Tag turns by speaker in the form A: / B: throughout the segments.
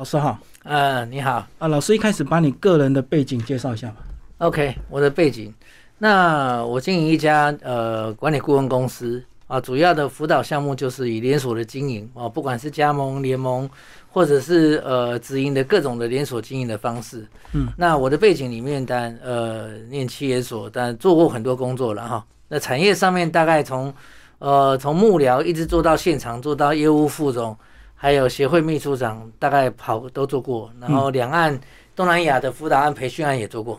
A: 老师好，
B: 嗯、你好
A: 啊，老师一开始把你个人的背景介绍一下吧。
B: ，OK，我的背景，那我经营一家呃管理顾问公司啊，主要的辅导项目就是以连锁的经营啊，不管是加盟、联盟，或者是呃直营的各种的连锁经营的方式。
A: 嗯，
B: 那我的背景里面，当然呃念企业所，但做过很多工作了哈。那产业上面大概从呃从幕僚一直做到现场，做到业务副总，还有协会秘书长，大概跑都做过，然后两岸、东南亚的辅导案、培训案也做过。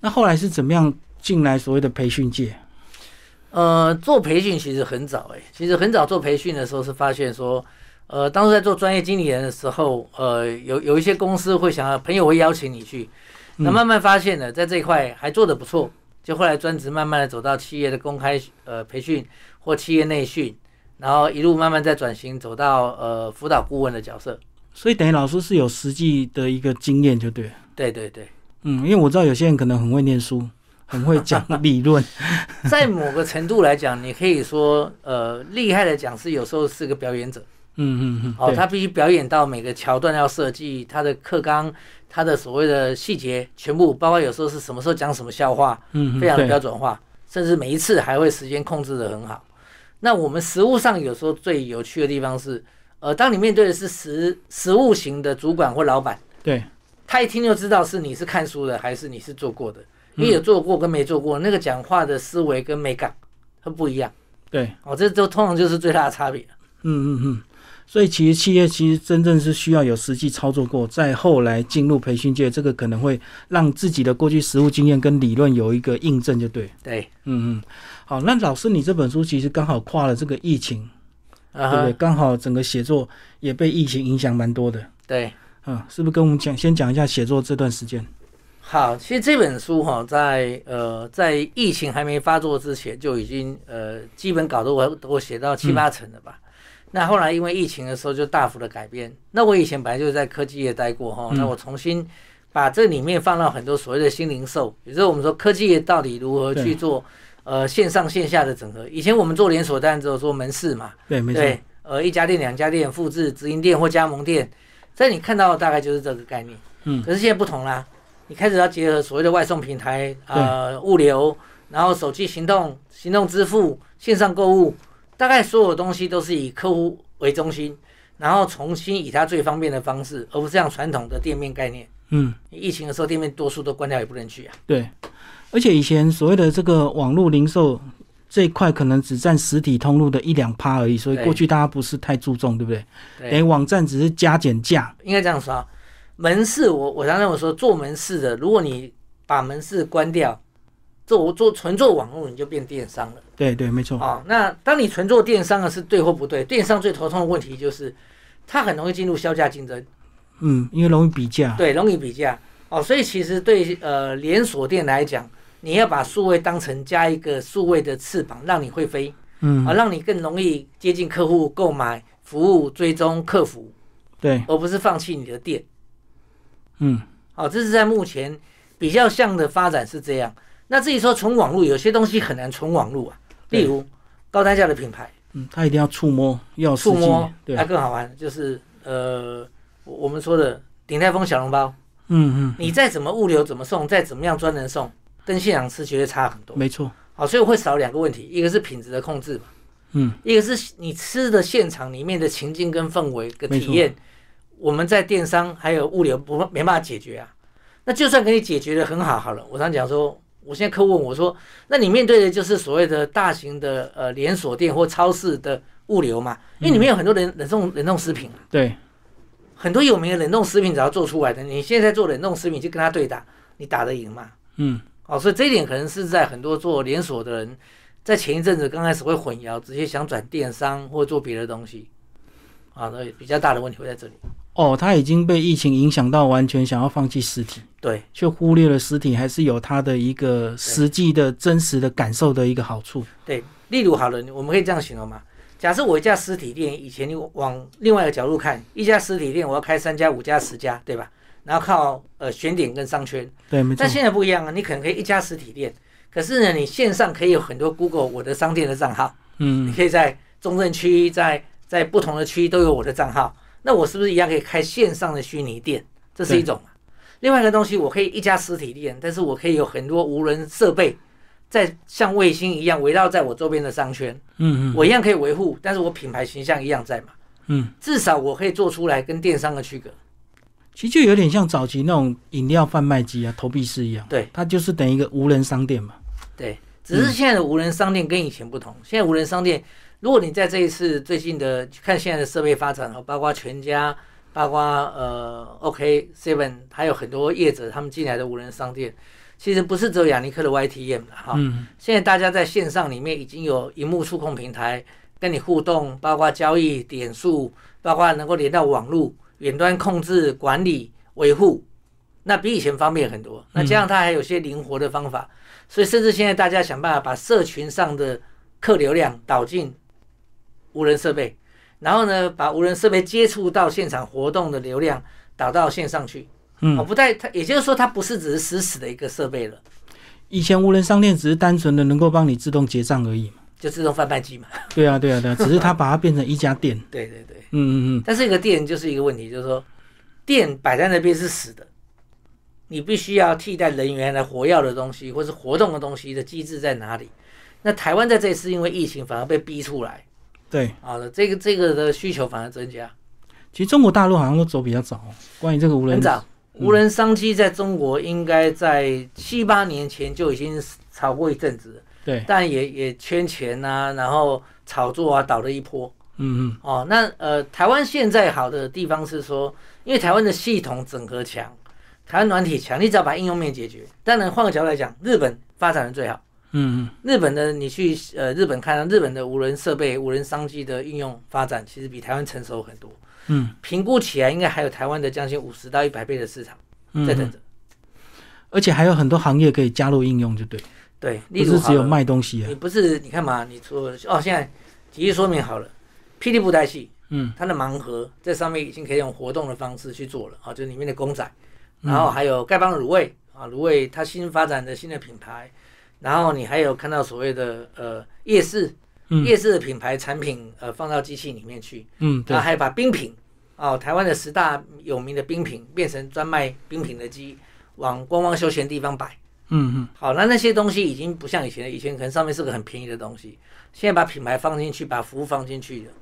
A: 那后来是怎么样进来所谓的培训界？
B: 呃，做培训其实很早哎、其实很早做培训的时候是发现说，呃，当时在做专业经理人的时候，呃，有有一些公司会想要朋友会邀请你去，那
A: 嗯
B: 慢慢发现呢，在这一块还做得不错，就后来专职慢慢的走到企业的公开呃培训或企业内训，然后一路慢慢再转型走到呃辅导顾问的角色。
A: 所以等于老师是有实际的一个经验，就对了。
B: 对对对，
A: 嗯，因为我知道有些人可能很会念书，很会讲理 论。
B: 在某个程度来讲，你可以说，呃，厉害的讲师有时候是个表演者。
A: 嗯嗯嗯，
B: 哦，
A: 对，
B: 他必须表演到每个桥段要设计他的课纲，他的所谓的细节全部，包括有时候是什么时候讲什么笑话，
A: 嗯嗯
B: 非常的标
A: 对，
B: 准化，甚至每一次还会时间控制的很好。那我们实物上有时候最有趣的地方是，呃，当你面对的是实实物型的主管或老板，
A: 对，
B: 他一听就知道是你是看书的还是你是做过的，
A: 嗯
B: 因为有做过跟没做过，那个讲话的思维跟美感它不一样。
A: 对，
B: 哦，这都通常就是最大的差别。
A: 嗯嗯嗯。所以其实企业其实真正是需要有实际操作过，再后来进入培训界，这个可能会让自己的过去实务经验跟理论有一个印证，就对。
B: 对，
A: 嗯嗯，好，那老师你这本书其实刚好跨了这个疫情。
B: 啊
A: 对不对？
B: 哈，
A: 刚好整个写作也被疫情影响蛮多的，
B: 对。
A: 嗯，是不是跟我们讲先讲一下写作这段时间？
B: 好，其实这本书哈、在呃，在疫情还没发作之前，就已经呃，基本稿都我都我写到七八成了吧。那后来因为疫情的时候，就大幅的改变。那我以前本来就是在科技业待过哈、那我重新把这里面放到很多所谓的新零售，也就是我们说科技业到底如何
A: 对
B: 去做呃线上线下的整合。以前我们做连锁，当然只有做门市嘛，
A: 对，没错，
B: 对，呃，一家店、两家店复制直营店或加盟店，在你看到的大概就是这个概念。
A: 嗯
B: 可是现在不同啦，你开始要结合所谓的外送平台、呃物流，然后手机行动、行动支付、线上购物，大概所有东西都是以客户为中心，然后重新以他最方便的方式，而不是像传统的店面概念。
A: 嗯，
B: 疫情的时候，店面多数都关掉，也不能去啊。
A: 对。而且以前所谓的这个网络零售这一块，可能只占实体通路的一两趴而已，所以
B: 对
A: 过去大家不是太注重，对不对？
B: 对
A: 等于网站只是加减价，
B: 应该这样说啊，门市我我常常我说做门市的，如果你把门市关掉，做做纯做网络，你就变电商了
A: 对对，没错，
B: 啊、那当你纯做电商的是对或不对？电商最头痛的问题就是，它很容易进入销价竞争，
A: 嗯，因为容易比价，
B: 对，容易比价哦。所以其实对呃连锁店来讲，你要把数位当成加一个数位的翅膀，让你会飞
A: 嗯，
B: 啊，让你更容易接近客户、购买、服务、追踪客服，
A: 对，
B: 而不是放弃你的店。
A: 嗯，
B: 好、这是在目前比较像的发展是这样。那至于说纯网络，有些东西很难纯网络啊，
A: 对
B: 例如高单价的品牌，
A: 嗯，他一定要触摸，要有实
B: 触
A: 际
B: 摸，
A: 哦
B: 哎
A: 对
B: 那、，更好玩，就是呃，我我们说的鼎泰丰小笼包，
A: 嗯嗯，
B: 你再怎么物流怎么送，再怎么样专人送，跟现场吃绝对差很多。
A: 嗯没错，
B: 好，所以会少两个问题，一个是品质的控制嘛，
A: 嗯，
B: 一个是你吃的现场里面的情境跟氛围跟
A: 没错
B: 体验，我们在电商还有物流不没办法解决啊。那就算给你解决的很好好了，我常讲说，我现在客户问我说，那你面对的就是所谓的大型的呃连锁店或超市的物流嘛，因为里
A: 嗯
B: 面有很多冷冷冻冷冻食品啊，
A: 对，
B: 很多有名的冷冻食品只要做出来的，你现在在做冷冻食品去跟他对打，你打得赢吗？
A: 嗯，
B: 哦，所以这一点可能是在很多做连锁的人，在前一阵子刚开始会混淆，直接想转电商或做别的东西，啊，那比较大的问题会在这里。
A: 哦，他已经被疫情影响到，完全想要放弃实体。
B: 对，
A: 却忽略了实体还是有它的一个实际的真实的感受的一个好处。
B: 例如好了，我们可以这样形容嘛？假设我一家实体店，以前你往另外一个角度看，一家实体店我要开三家、五家、十家，对吧？然后靠呃选点跟商圈，
A: 对，没错
B: 但，现在不一样啊，你可能可以一家实体店，可是呢，你线上可以有很多 Google 我的商店的账号。你
A: 嗯，
B: 可以在中正区，在在不同的区都有我的账号，那我是不是一样可以开线上的虚拟店？这是一种嘛。另外一个东西，我可以一家实体店，但是我可以有很多无人设备，在像卫星一样围绕在我周边的商圈，
A: 嗯嗯
B: 我一样可以维护，但是我品牌形象一样在嘛。
A: 嗯，
B: 至少我可以做出来跟电商的区隔。
A: 其实就有点像早期那种饮料贩卖机啊、投币式一样，
B: 对，
A: 它就是等于一个无人商店嘛。
B: 对，只是现在的无人商店跟以前不同。现在无人商店，如果你在这一次最近的看现在的设备发展，哦包括全家，包括呃 OK Seven，还有很多业者他们进来的无人商店，其实不是只有雅尼克的 YTM 了哈。
A: 嗯
B: 现在大家在线上里面已经有荧幕触控平台跟你互动，包括交易、点数，包括能够连到网络、远端控制、管理、维护，那比以前方便很多。那加上它还有些灵活的方法，所以甚至现在大家想办法把社群上的客流量导进无人设备，然后呢，把无人设备接触到现场活动的流量导到线上去。
A: 嗯
B: 我，不带它，也就是说它不是只是死死的一个设备了，
A: 以前无人商店只是单纯的能够帮你自动结账而已嘛。
B: 就自动贩卖机嘛。
A: 对啊，对啊，对啊，只是它把它变成一家店。
B: 对对对。
A: 嗯嗯
B: 但是一个店就是一个问题，就是说店摆在那边是死的，你必须要替代人员来活跃的东西，或是活动的东西的机制在哪里？那台湾在这一次因为疫情反而被逼出来，
A: 嗯，对。
B: 好了，这个这个的需求反而增加。
A: 其实中国大陆好像都走比较早哦，关于这个无人嗯
B: 很早，无人商机在中国应该在七八年前就已经炒过一阵子了，
A: 对，
B: 但也也圈钱呐、然后炒作啊倒了一波。
A: 嗯嗯
B: 哦，那呃，台湾现在好的地方是说，因为台湾的系统整合强，台湾软体强，你只要把应用面解决。当然，换个角度来讲，日本发展的最好。
A: 嗯
B: 日本的你去呃日本看到日本的无人设备、无人商机的应用发展，其实比台湾成熟很多。
A: 嗯
B: 评估起来，应该还有台湾的将近五十到一百倍的市场
A: 嗯
B: 在
A: 嗯
B: 等，着。
A: 而且还有很多行业可以加入应用，就对，
B: 对，例
A: 不
B: 如
A: 是只有
B: 好了
A: 卖东西啊
B: 你。不是你看嘛，你说哦，现在极力说明好了，霹雳布袋戏，
A: 嗯，
B: 它的盲盒在上面已经可以用活动的方式去做了啊，就是里面的公仔，
A: 嗯
B: 然后还有丐帮卤味啊，卤味它新发展的新的品牌，然后你还有看到所谓的呃夜市，
A: 嗯
B: 夜市的品牌产品呃放到机器里面去，
A: 嗯，
B: 然
A: 对
B: 后，还把冰品哦，台湾的十大有名的冰品变成专卖冰品的机，往观光休闲地方摆。
A: 嗯嗯
B: 好，那那些东西已经不像以前了，以前可能上面是个很便宜的东西，现在把品牌放进去，把服务放进去了。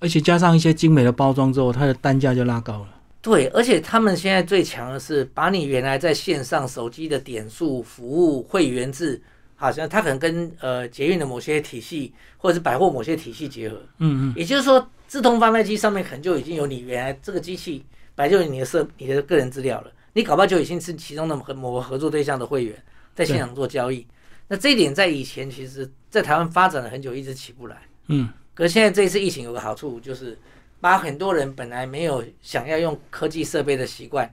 A: 而且加上一些精美的包装之后，它的单价就拉高了。
B: 对，而且他们现在最强的是把你原来在线上手机的点数服务会员制，好像它可能跟呃捷运的某些体系或者是百货某些体系结合，
A: 嗯嗯
B: 也就是说，自动贩卖机上面可能就已经有你原来这个机器本来就有你的设你的个人资料了，你搞不好就已经是其中的某个某个合作对象的会员，在现场做交易。那这一点在以前其实，在台湾发展了很久，一直起不来。
A: 嗯，
B: 可是现在这一次疫情有个好处，就是把很多人本来没有想要用科技设备的习惯，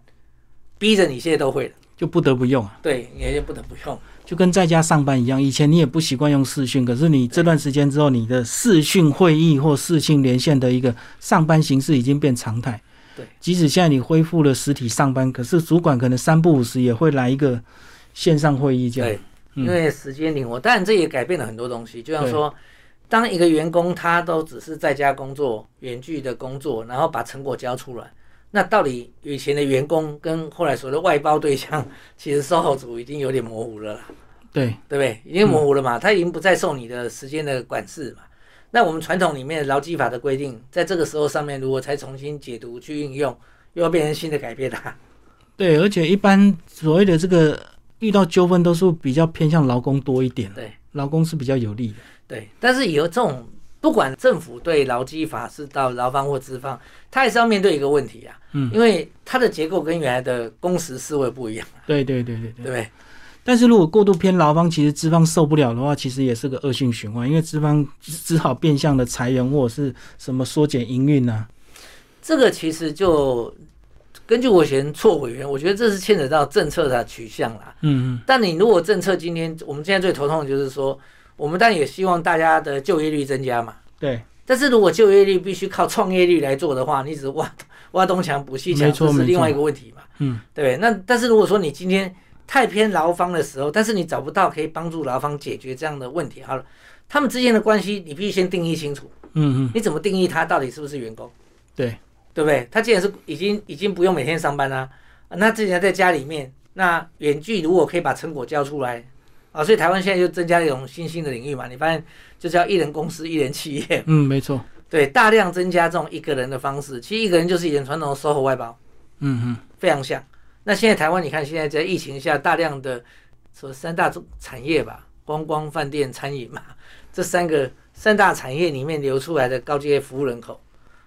B: 逼着你现在都会了，
A: 就不得不用啊，
B: 对，你也不得不用。
A: 就跟在家上班一样。以前你也不习惯用视讯，可是你这段时间之后，你的视讯会议或视讯连线的一个上班形式已经变常态。
B: 对，
A: 即使现在你恢复了实体上班，可是主管可能三不五时也会来一个线上会议这样。
B: 对，
A: 嗯
B: 因为时间灵活，当然这也改变了很多东西。就像说，当一个员工他都只是在家工作、远距的工作，然后把成果交出来，那到底以前的员工跟后来所谓的外包对象，其实售后组已经有点模糊了啦。
A: 对，
B: 对不对？已经模糊了嘛，它已经不再受你的时间的管制嘛。那我们传统里面的劳基法的规定，在这个时候上面如果才重新解读去运用，又要变成新的改变啦、啊
A: 对，而且一般所谓的这个遇到纠纷都是比较偏向劳工多一点，
B: 对
A: 劳工是比较有利的。
B: 对，但是以后这种不管政府对劳基法是到劳方或资方，它还是要面对一个问题啊，
A: 嗯，
B: 因为它的结构跟原来的工时思维不一样，
A: 对对对对
B: 对
A: 对。
B: 不对？
A: 但是如果过度偏劳方，其实资方受不了的话，其实也是个恶性循环，因为资方只好变相的裁员或者是什么缩减营运啊。
B: 这个其实就根据我以前错委员，我觉得这是牵扯到政策的取向啦。
A: 嗯
B: 但你如果政策今天，我们现在最头痛的就是说，我们当然也希望大家的就业率增加嘛。
A: 嗯，对，
B: 但是如果就业率必须靠创业率来做的话，你只是挖挖东墙补西墙，
A: 没错
B: 这是
A: 没错
B: 另外一个问题嘛，
A: 嗯
B: 对不对？那但是如果说你今天太偏劳方的时候，但是你找不到可以帮助劳方解决这样的问题，好了，他们之间的关系你必须先定义清楚，
A: 嗯嗯，
B: 你怎么定义他到底是不是员工？
A: 对，
B: 对不对？他既然是已经已经不用每天上班啦、啊那之前在家里面，那远距如果可以把成果交出来啊，所以台湾现在就增加了一种新兴的领域嘛，你发现就叫一人公司、一人企业，
A: 嗯，没错，
B: 对，大量增加这种一个人的方式。其实一个人就是以前传统的 SOHO 外包
A: 嗯嗯，
B: 非常像。那现在台湾，你看现在在疫情下，大量的说三大中产业吧，观光、饭店、餐饮嘛，这三个三大产业里面流出来的高阶服务人口，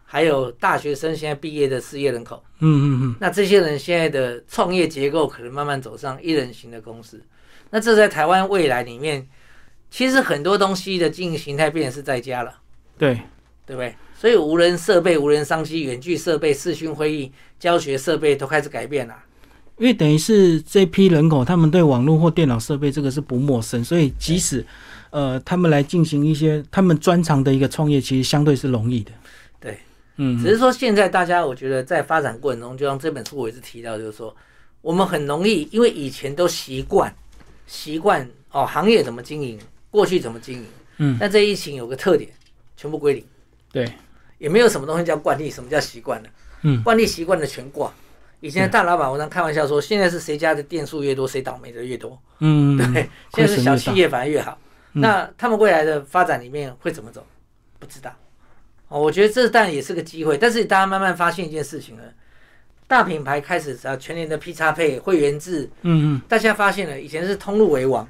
B: 还有大学生现在毕业的失业人口。
A: 嗯嗯
B: 那这些人现在的创业结构可能慢慢走上一人型的公司，那这在台湾未来里面，其实很多东西的经营形态变成是在家了，
A: 嗯，对，
B: 对不对？所以无人设备、无人商机、远距设备、视讯会议、教学设备都开始改变了。
A: 因为等于是这批人口，他们对网络或电脑设备这个是不陌生，所以即使呃他们来进行一些他们专长的一个创业，其实相对是容易的。
B: 对，
A: 嗯
B: 只是说现在大家，我觉得在发展过程中，就像这本书我一直提到，就是说我们很容易，因为以前都习惯习惯哦行业怎么经营，过去怎么经营，
A: 嗯，
B: 但这疫情有个特点，全部归零。
A: 对，
B: 也没有什么东西叫惯例，什么叫习惯了？
A: 嗯
B: 惯例习惯的全挂。以前的大老板，我常开玩笑说，现在是谁家的店数越多，谁倒霉的越多。
A: 嗯，
B: 对， 现在是小企业反而越好。
A: 嗯
B: 那他们未来的发展里面会怎么走？不知道。哦，我觉得这当然也是个机会，但是大家慢慢发现一件事情了，大品牌开始啊，全年的 P 叉配会员制，
A: 嗯嗯
B: 大家发现了以前是通路为王，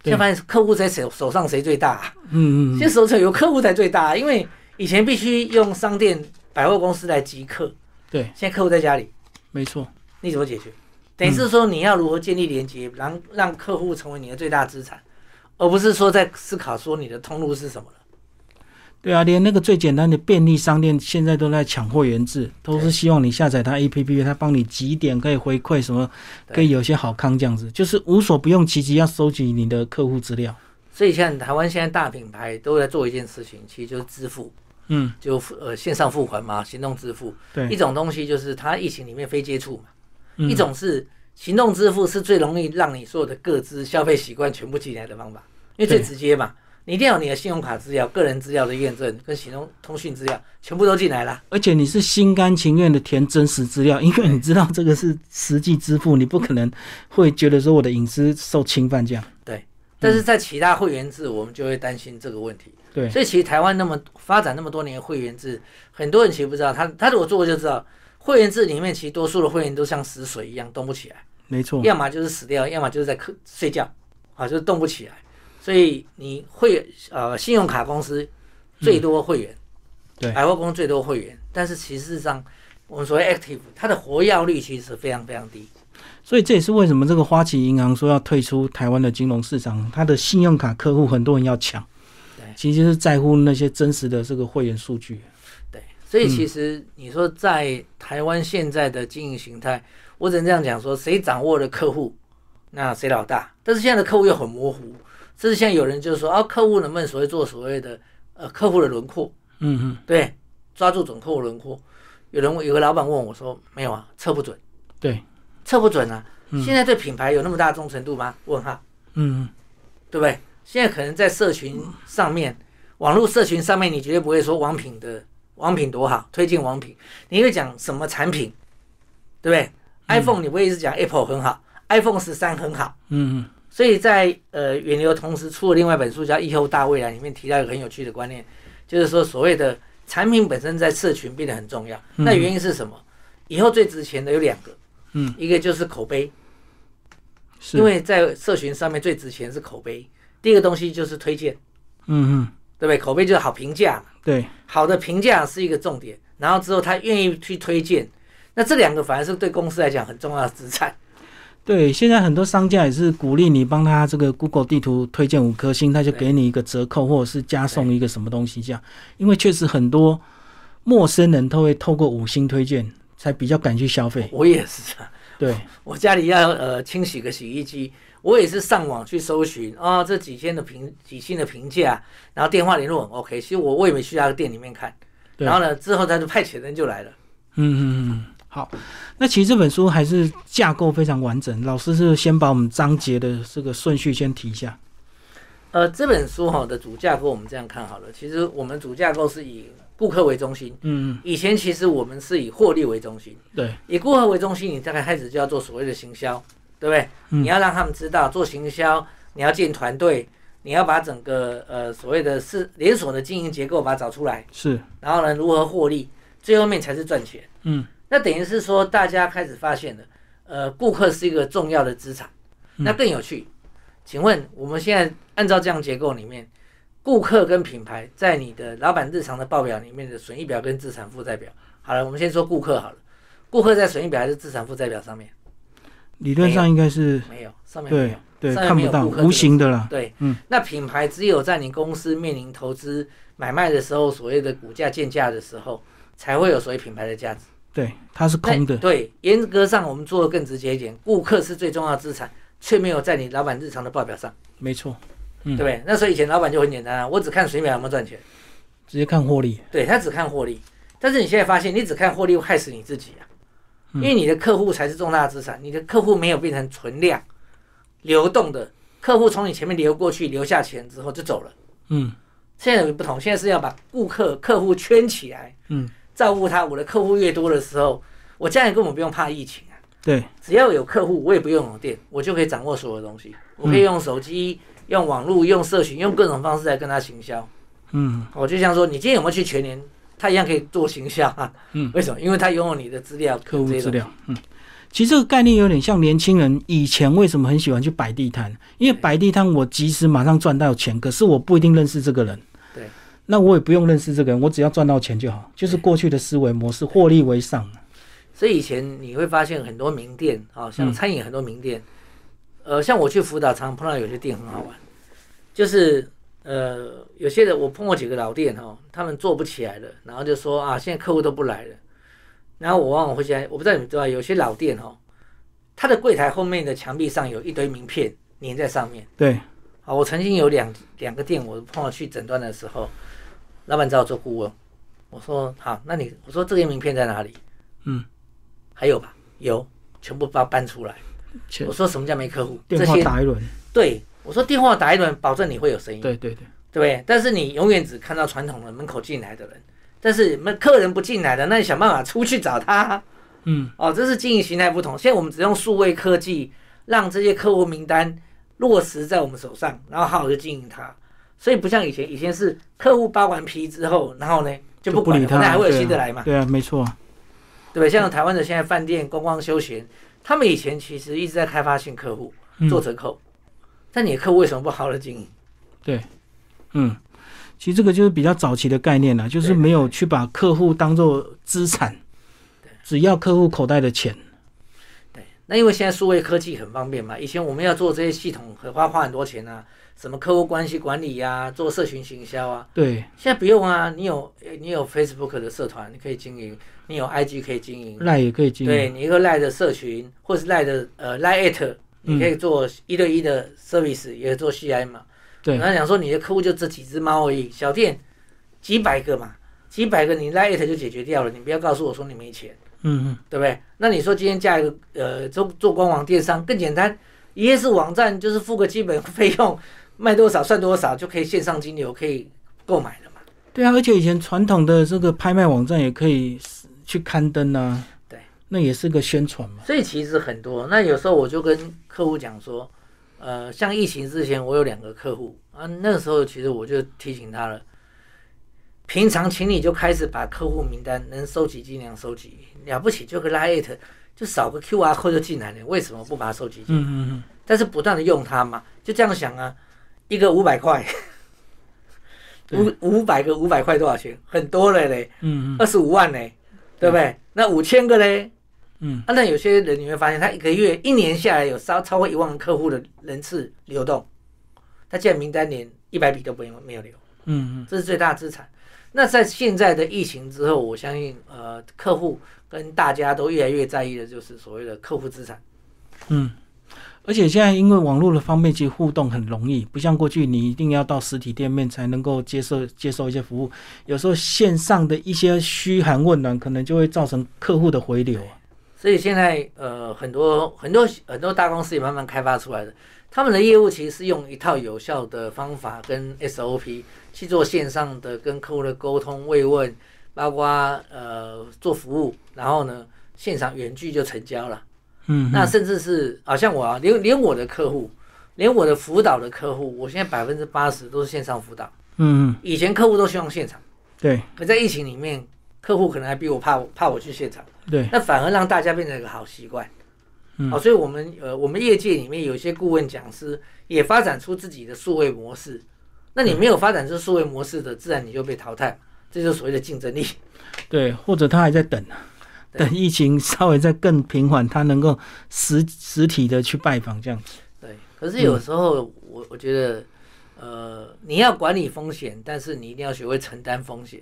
A: 对
B: 现在发现是客户在手手上谁最大啊、
A: 嗯嗯
B: 现在手上有客户才最大，啊因为以前必须用商店、百货公司来集客，
A: 对
B: 现在客户在家里，
A: 嗯，没错，
B: 你怎么解决？等于是说你要如何建立连接，让让客户成为你的最大资产，而不是说在思考说你的通路是什么了。
A: 对啊，连那个最简单的便利商店现在都在抢会员制，都是希望你下载它 APP，它帮你几点可以回馈什么，
B: 对
A: 可以有些好康这样子，就是无所不用其极要收集你的客户资料。
B: 所以像台湾现在大品牌都在做一件事情，其实就是支付，
A: 嗯，
B: 就付呃线上付款嘛，行动支付。一
A: 对，
B: 种东西就是它疫情里面非接触嘛，
A: 嗯
B: 一种是行动支付是最容易让你所有的各资消费习惯全部进来的方法，因为最
A: 对
B: 直接嘛，你一定要有你的信用卡资料、个人资料的验证跟行动通讯资料全部都进来啦。
A: 而且你是心甘情愿的填真实资料，因为你知道这个是实际支付，你不可能会觉得说我的隐私受侵犯这样。
B: 但是在其他会员制，我们就会担心这个问题。
A: 对，
B: 所以其实台湾那么发展那么多年的会员制，很多人其实不知道，他他如果做过就知道，会员制里面其实多数的会员都像死水一样动不起来。
A: 没错。
B: 要么就是死掉，要么就是在客睡觉，啊，就是动不起来。所以你会呃，信用卡公司最多会员，
A: 对
B: 百货公司最多会员，但是其实事实上，我们所谓 active，它的活跃率其实非常非常低。
A: 所以这也是为什么这个花旗银行说要退出台湾的金融市场，它的信用卡客户很多人要抢
B: 对，
A: 其实是在乎那些真实的这个会员数据。
B: 对，所以其实你说在台湾现在的经营形态，我只能这样讲说，谁掌握了客户，那谁老大。但是现在的客户又很模糊，甚至现在有人就是说，啊，客户能不能所谓做所谓的呃客户的轮廓？
A: 嗯嗯，
B: 对，哎抓住准客户轮廓。有人问有个老板问我说：“没有啊，测不准，
A: 对，
B: 测不准啊！现在对品牌有那么大忠诚度吗？”问号，
A: 嗯嗯
B: 对不对？现在可能在社群上面，网络社群上面，你绝对不会说王品的王品多好，推荐王品，你会讲什么产品，对不对、i p h o n e 你不会一直讲 Apple 很好，iPhone 十三很好。
A: 嗯嗯，
B: 所以在呃远流同时出了另外一本书叫《疫后大未来》，里面提到一个很有趣的观念，就是说所谓的产品本身在社群变得很重要。那原因是什么？以后最值钱的有两个，
A: 嗯，
B: 一个就是口碑，
A: 是，
B: 因为在社群上面最值钱是口碑。第一个东西就是推荐，
A: 嗯嗯，
B: 对不对？口碑就是好评价嘛，
A: 对，
B: 好的评价是一个重点，然后之后他愿意去推荐，那这两个反而是对公司来讲很重要的资产。
A: 对，现在很多商家也是鼓励你帮他这个 Google 地图推荐五颗星，他就给你一个折扣，或者是加送一个什么东西这样。因为确实很多陌生人都会透过五星推荐，才比较敢去消费。
B: 我也是啊。
A: 对，
B: 我家里要呃清洗个洗衣机，我也是上网去搜寻啊、这几天的评几星的评价，然后电话联络很 OK。其实我我也没去他的店里面看，
A: 对
B: 然后呢之后他就派遣人就来了。
A: 嗯嗯嗯，好。那其实这本书还是架构非常完整，老师是先把我们章节的这个顺序先提一下。
B: 呃，这本书哈的主架构我们这样看好了，其实我们主架构是以顾客为中心。
A: 嗯，
B: 以前其实我们是以获利为中心，
A: 对，
B: 以顾客为中心，你大概开始就要做所谓的行销，对不对？
A: 嗯
B: 你要让他们知道做行销，你要建团队，你要把整个呃所谓的是连锁的经营结构把它找出来，
A: 是，
B: 然后呢如何获利，最后面才是赚钱。
A: 嗯，
B: 那等于是说大家开始发现了，呃，顾客是一个重要的资产。
A: 嗯
B: 那更有趣，请问我们现在按照这样结构里面，顾客跟品牌在你的老板日常的报表里面的损益表跟资产负债表，好了，我们先说顾客好了。顾客在损益表还是资产负债表上面？
A: 理论上应该是
B: 没有，上面没
A: 对
B: 有。
A: 对，
B: 上面
A: 看
B: 没有
A: 不到
B: 顾客这个
A: 无形的啦，
B: 对，
A: 嗯，
B: 那品牌只有在你公司面临投资买卖的时候，所谓的股价建价的时候，才会有所谓品牌的价值。
A: 对，它是空的，
B: 对，严格上我们做的更直接一点，顾客是最重要的资产，却没有在你老板日常的报表上，
A: 没错，
B: 对
A: 嗯
B: 不对？那所以以前老板就很简单啊，我只看水表有没有赚钱，
A: 直接看获利，
B: 对他只看获利。但是你现在发现，你只看获利会害死你自己啊，因
A: 嗯
B: 为你的客户才是重大的资产，你的客户没有变成存量流动的，客户从你前面流过去，留下钱之后就走了。
A: 嗯
B: 现在有不同，现在是要把顾客客户圈起来，
A: 嗯，
B: 照顾他。我的客户越多的时候，我将来根本不用怕疫情啊。
A: 对，
B: 只要有客户，我也不用有店，我就可以掌握所有东西。我可
A: 嗯
B: 以用手机、用网络、用社群、用各种方式来跟他行销。
A: 嗯
B: 我就像说，你今天有没有去全年，他一样可以做行销啊。
A: 嗯，
B: 为什么？因为他拥有你的资料、
A: 客户
B: 这些
A: 资
B: 东西。
A: 料，嗯。其实这个概念有点像年轻人以前为什么很喜欢去摆地摊，因为摆地摊我即使马上赚到钱，可是我不一定认识这个人。
B: 对，
A: 那我也不用认识这个人，我只要赚到钱就好，就是过去的思维模式，获利为上。
B: 所以以前你会发现很多名店啊，像
A: 嗯
B: 餐饮很多名店，呃，像我去辅导，常常碰到有些店很好玩，就是呃，有些人我碰过几个老店哈、哦，他们做不起来了，然后就说啊，现在客户都不来了，然后我往往会现在，我不知道你们知道，有些老店哦，他的柜台后面的墙壁上有一堆名片粘在上面。
A: 对，
B: 啊，我曾经有两两个店，我碰到去诊断的时候，老板找我做顾问，我说好，那你我说这个名片在哪里？
A: 嗯，
B: 还有吧，有，全部把它搬出来。
A: 切
B: 我说什么叫没客户？这
A: 电话
B: 些
A: 打一轮，
B: 对，我说电话打一轮，保证你会有生意，
A: 对对对，
B: 对不对？但是你永远只看到传统的门口进来的人，但是门客人不进来的，那你想办法出去找他啊。
A: 嗯
B: 哦，这是经营形态不同。现在我们只用数位科技，让这些客户名单落实在我们手上，然后好好的经营它。所以不像以前，以前是客户扒完皮之后，然后呢就不管
A: 理
B: 了，
A: 他，
B: 那还会有
A: 对啊
B: 新的来嘛，
A: 对啊，没错，
B: 对不对？像台湾的现在饭店、观光休闲，他们以前其实一直在开发新客户，
A: 嗯
B: 做折扣。但你的客户为什么不好好的经营？
A: 嗯，其实这个就是比较早期的概念了，就是
B: 对
A: 没有去把客户当做资产，只要客户口袋的钱，
B: 那因为现在数位科技很方便嘛，以前我们要做这些系统，很花花很多钱啊，什么客户关系管理呀、做社群行销啊，
A: 对，
B: 现在不用啊，你有呃你有 Facebook 的社团，你可以经营；你有 IG 可以经营，
A: 赖也可以经营，
B: 对你一个赖的社群，或是赖的呃赖 at，你可
A: 嗯
B: 以做一对一的 service，、也做 CI 嘛。
A: 对
B: 然后讲说你的客户就这几只猫而已，小店几百个嘛，几百个你赖 at 就解决掉了，你不要告诉我说你没钱，
A: 嗯嗯，
B: 对不对？那你说今天加一个呃做做官网电商更简单，一页式网站就是付个基本费用，卖多少算多少就可以线上金流可以购买了嘛。
A: 对啊，而且以前传统的这个拍卖网站也可以去刊登啊，
B: 对，
A: 那也是个宣传嘛，
B: 所以其实很多。那有时候我就跟客户讲说，呃，像疫情之前，我有两个客户啊，那个时候其实我就提醒他了，平常请你就开始把客户名单能收集尽量收集，了不起就个拉 it，就扫个 QR code 就进来了，为什么不把它收集进来？
A: 嗯嗯嗯，
B: 但是不断的用它嘛，就这样想啊，一个五百块。五五百个五百块多少钱？很多了嘞，
A: 嗯嗯
B: 二十五万嘞，对不对？那五千个嘞，
A: 嗯，
B: 啊，那有些人你会发现，他一个月、一年下来有超超过一万个客户的人次流动，他竟然名单连一百笔都没有没有留，
A: 嗯嗯，
B: 这是最大的资产。那在现在的疫情之后，我相信呃，客户跟大家都越来越在意的就是所谓的客户资产。
A: 嗯而且现在因为网络的方面，其实互动很容易，不像过去你一定要到实体店面才能够接受接受一些服务。有时候线上的一些嘘寒问暖，可能就会造成客户的回流啊。
B: 所以现在呃，很多很多很多大公司也慢慢开发出来的，他们的业务其实是用一套有效的方法跟 SOP 去做线上的跟客户的沟通慰问，包括呃做服务，然后呢现场远距就成交了。
A: 嗯，
B: 那甚至是好、啊、像我啊，连连我的客户，连我的辅导的客户，我现在百分之八十都是线上辅导。
A: 嗯，
B: 以前客户都希望现场，
A: 对
B: 可在疫情里面，客户可能还比我怕我怕我去现场，
A: 对，
B: 那反而让大家变成一个好习惯。
A: 嗯
B: 好，所以我们呃，我们业界里面有一些顾问讲师也发展出自己的数位模式。那你没有发展出数位模式的，自然你就被淘汰，这就是所谓的竞争力。
A: 对，或者他还在等啊，
B: 对
A: 等疫情稍微再更平缓，他能够实实体的去拜访这样子。
B: 对，可是有时候我我觉得，呃，你要管理风险，但是你一定要学会承担风险。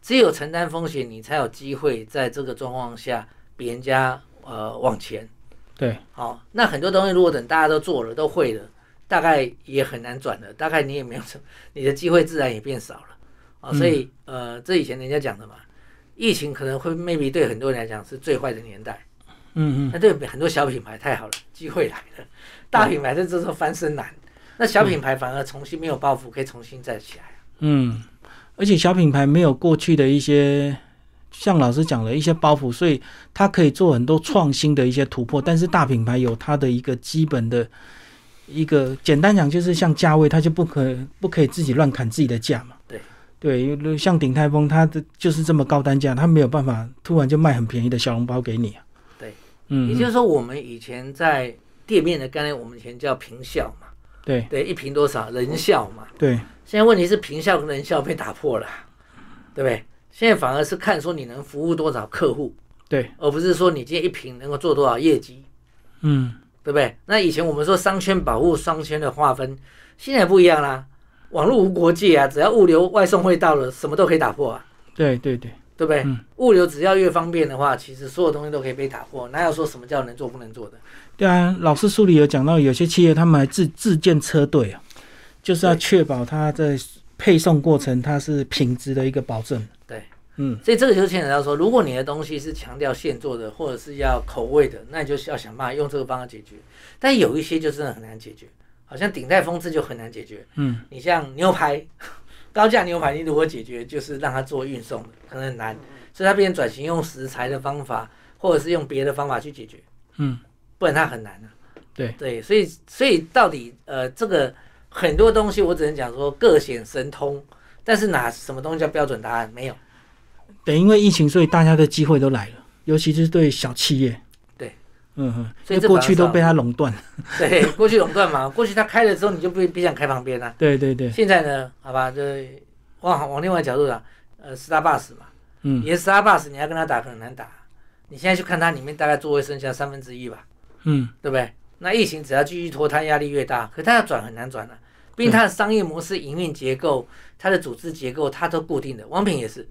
B: 只有承担风险，你才有机会在这个状况下比人家呃往前。
A: 对，
B: 好、那很多东西如果等大家都做了、都会了，大概也很难转了，大概你也没有什么，你的机会自然也变少了
A: 嗯
B: 啊、所以呃，这以前人家讲的嘛，疫情可能会 maybe 对很多人来讲是最坏的年代。
A: 嗯嗯，
B: 那对很多小品牌太好了，机会来了，大品牌在这时候翻身难，那小品牌反而重新没有包袱，可以重新再起来。
A: 嗯，而且小品牌没有过去的一些，像老师讲的一些包袱，所以它可以做很多创新的一些突破。但是大品牌有它的一个基本的一个，简单讲就是像价位，它就不可不可以自己乱砍自己的价嘛。
B: 对
A: 对，因为像鼎泰丰，它的就是这么高单价，它没有办法突然就卖很便宜的小笼包给你啊。
B: 对，
A: 嗯，
B: 也就是说，我们以前在店面的概念，我们以前叫平效嘛，
A: 对
B: 对，一平多少人效嘛。
A: 对，
B: 现在问题是平效跟人效被打破了，啊对不对？现在反而是看说你能服务多少客户，
A: 对，
B: 而不是说你今天一瓶能够做多少业绩。
A: 嗯，
B: 对不对？那以前我们说商圈保护商圈的划分，现在不一样啦，网络无国界啊，只要物流外送会到了，什么都可以打破啊，
A: 对对对，
B: 对不对？
A: 嗯
B: 物流只要越方便的话，其实所有东西都可以被打破，哪有说什么叫能做不能做的？
A: 对啊，老师书里有讲到，有些企业他们还自自建车队啊，就是要
B: 对
A: 确保它在配送过程它是品质的一个保证。
B: 对，
A: 嗯，
B: 所以这个就牵扯到说，如果你的东西是强调现做的，或者是要口味的，那你就是要想办法用这个方法解决。但有一些就真的很难解决，好像顶戴风这就很难解决。
A: 嗯，
B: 你像牛排，高价牛排，你如何解决？就是让它做运送，可能很难，所以它变成转型用食材的方法，或者是用别的方法去解决。
A: 嗯，
B: 不然它很难啊。
A: 对
B: 对，所以所以到底呃，这个很多东西我只能讲说各显神通，但是哪什么东西叫标准答案没有？
A: 等因为疫情，所以大家的机会都来了，尤其是对小企业。
B: 对，
A: 嗯嗯，因
B: 所以
A: 为
B: 这
A: 过去
B: 反而
A: 都
B: 是
A: 被它垄断了。
B: 对，过去垄断嘛，过去他开了之后，你就不不想开旁边啊。
A: 对对对，
B: 现在呢，好吧，就是往往另外角度讲，呃，Starbucks 嘛，
A: 嗯
B: 也是 Starbucks，你要跟他打很难打。你现在去看它里面大概座位剩下三分之一吧，
A: 嗯，
B: 对不对？那疫情只要继续拖，它压力越大，可它要转很难转了、啊毕竟它的商业模式、营运结构、它的组织结构，它都固定的。王品也是，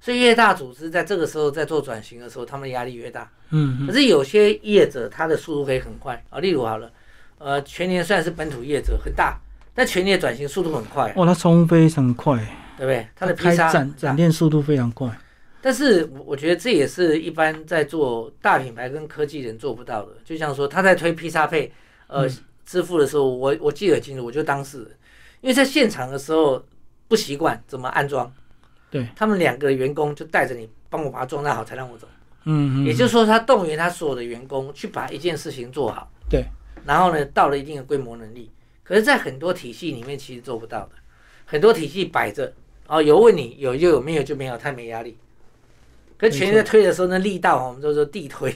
B: 所以越大组织在这个时候在做转型的时候，他们的压力越大。
A: 嗯
B: 可是有些业者他的速度可以很快啊，例如好了，呃，全年虽然是本土业者很大，但全年转型速度很快啊，
A: 哇，它冲非常快，
B: 对不对？它的
A: 开
B: 批发
A: 展展店速度非常快。
B: 但是我我觉得这也是一般在做大品牌跟科技人做不到的。就像说他在推披萨配，呃，
A: 嗯
B: 支付的时候，我我记得很清楚，我就当事人，因为在现场的时候不习惯怎么安装，
A: 对，
B: 他们两个员工就带着你帮我把它装搭好才让我走。
A: 嗯嗯，
B: 也就是说，他动员他所有的员工去把一件事情做好，
A: 对，
B: 然后呢，到了一定的规模能力，可是，在很多体系里面其实做不到的，很多体系摆着，哦，有问你有就有，没有就没有，太没压力。可是全力在推的时候，那力道哦我们都说地推，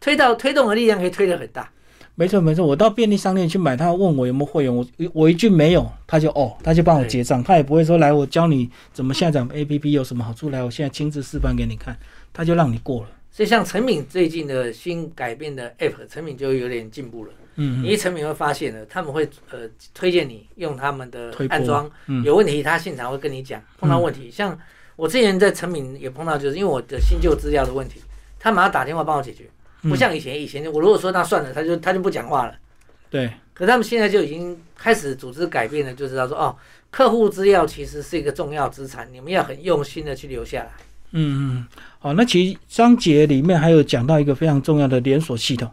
B: 推到推动的力量可以推得很大，
A: 没错没错，我到便利商店去买，他问我有没有会员，我我一句没有，他就哦，他就帮我结账，他也不会说来我教你怎么下载 APP 有什么好处，来我现在亲自示范给你看，他就让你过了。
B: 所以像陈敏最近的新改变的 app，陈敏就有点进步了。
A: 嗯，
B: 你一成品会发现呢，他们会呃推荐你用他们的
A: 推播
B: 安装，
A: 嗯
B: 有问题他现场会跟你讲。碰到问题，像我之前在成品也碰到，就是因为我的新旧资料的问题，他马上打电话帮我解决，
A: 嗯
B: 不像以前，以前我如果说那算了，他就他就不讲话了。
A: 对，
B: 可他们现在就已经开始组织改变了，就知道说哦，客户资料其实是一个重要资产，你们要很用心的去留下来。
A: 嗯嗯，好，那其实章节里面还有讲到一个非常重要的连锁系统。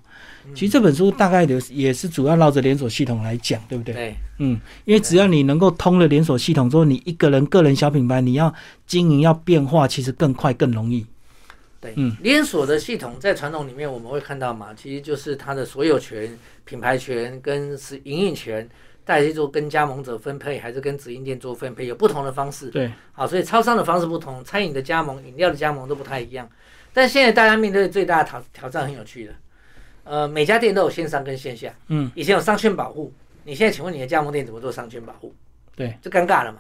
A: 其实这本书大概的也是主要绕着连锁系统来讲，对不对？
B: 对，
A: 嗯，因为只要你能够通了连锁系统之后，你一个人个人小品牌，你要经营要变化，其实更快更容易。
B: 对，
A: 嗯
B: 连锁的系统在传统里面我们会看到嘛，其实就是它的所有权、品牌权跟是营运权，再去做跟加盟者分配，还是跟直营店做分配，有不同的方式。
A: 对，
B: 好，所以超商的方式不同，餐饮的加盟、饮料的加盟都不太一样。但现在大家面对最大的挑挑战很有趣的，呃，每家店都有线上跟线下，
A: 嗯，
B: 以前有商圈保护，你现在请问你的加盟店怎么做商圈保护？
A: 对，
B: 就尴尬了嘛，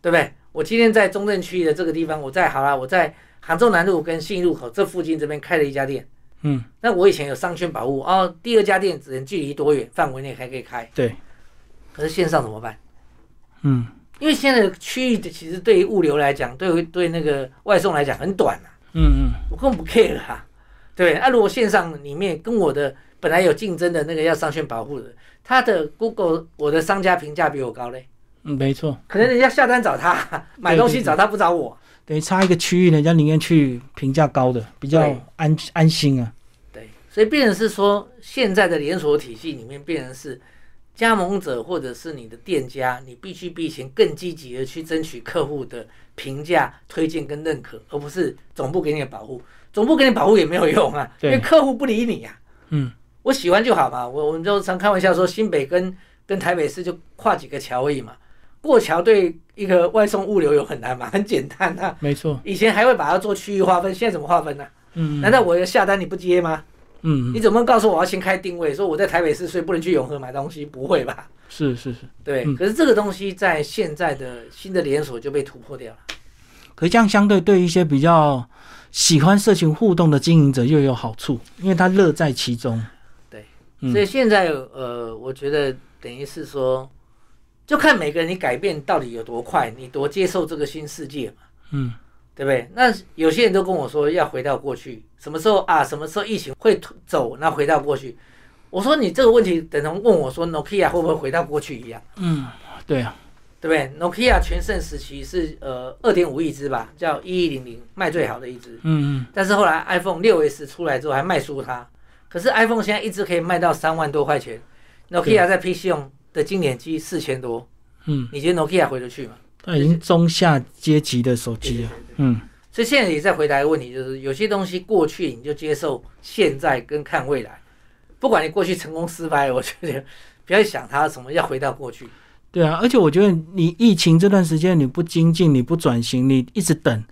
B: 对不对？我今天在中正区的这个地方，我在好啦，我在杭州南路跟信义路口这附近这边开了一家店，
A: 嗯，
B: 那我以前有商圈保护哦，第二家店只能距离多远范围内还可以开，
A: 对，
B: 可是线上怎么办？
A: 嗯，
B: 因为现在的区域的其实对于物流来讲，对于对那个外送来讲很短啊，
A: 嗯嗯，
B: 我根本不 care 啊，对不对？那、如果线上里面跟我的本来有竞争的那个要商圈保护的，他的 Google 我的商家评价比我高嘞，
A: 嗯没错，
B: 可能人家下单找他买东西找他不找我，
A: 等于差一个区域，人家宁愿去评价高的，比较
B: 对
A: 安安心啊。
B: 对，所以变成是说现在的连锁体系里面变成是。加盟者或者是你的店家，你必须比以前更积极的去争取客户的评价、推荐跟认可，而不是总部给你的保护。总部给你保护也没有用啊，
A: 对
B: 因为客户不理你啊。
A: 嗯，
B: 我喜欢就好嘛。我我们就常开玩笑说，新北跟跟台北市就跨几个桥而已嘛。过桥对一个外送物流有很难嘛，很简单啊。
A: 没错，
B: 以前还会把它做区域划分，现在怎么划分呢、
A: 嗯
B: 难道我要下单你不接吗？
A: 嗯，
B: 你
A: 嗯
B: 怎么告诉我要先开定位？说我在台北市，所以不能去永和买东西？不会吧？
A: 是是是。
B: 对，
A: 嗯
B: 可是这个东西在现在的新的连锁就被突破掉了。
A: 可是这样相对对一些比较喜欢社群互动的经营者又有好处，因为他乐在其中。
B: 对，
A: 嗯
B: 所以现在呃，我觉得等于是说，就看每个人你改变到底有多快，你多接受这个新世界嘛，
A: 嗯，
B: 对不对？那有些人都跟我说要回到过去，什么时候啊？什么时候疫情会突走？那回到过去，我说你这个问题等同问我说 Nokia 会不会回到过去一样。
A: 嗯，对啊，
B: 对不对？Nokia 全盛时期是呃二点五亿只吧，叫一一零零卖最好的一只，
A: 嗯嗯，
B: 但是后来 iPhone 六 S 出来之后还卖输它。可是 iPhone 现在一只可以卖到三万多块钱，Nokia 在 PC 用的经典机四千多，
A: 嗯，
B: 你觉得 Nokia 回得去吗？
A: 他已经中下阶级的手机了。嗯，
B: 所以现在也在回答一个问题，就是有些东西过去你就接受现在跟看未来，不管你过去成功失败，我觉得不要想它什么要回到过去。
A: 对啊，而且我觉得你疫情这段时间你不精进，你不转型，你一直等，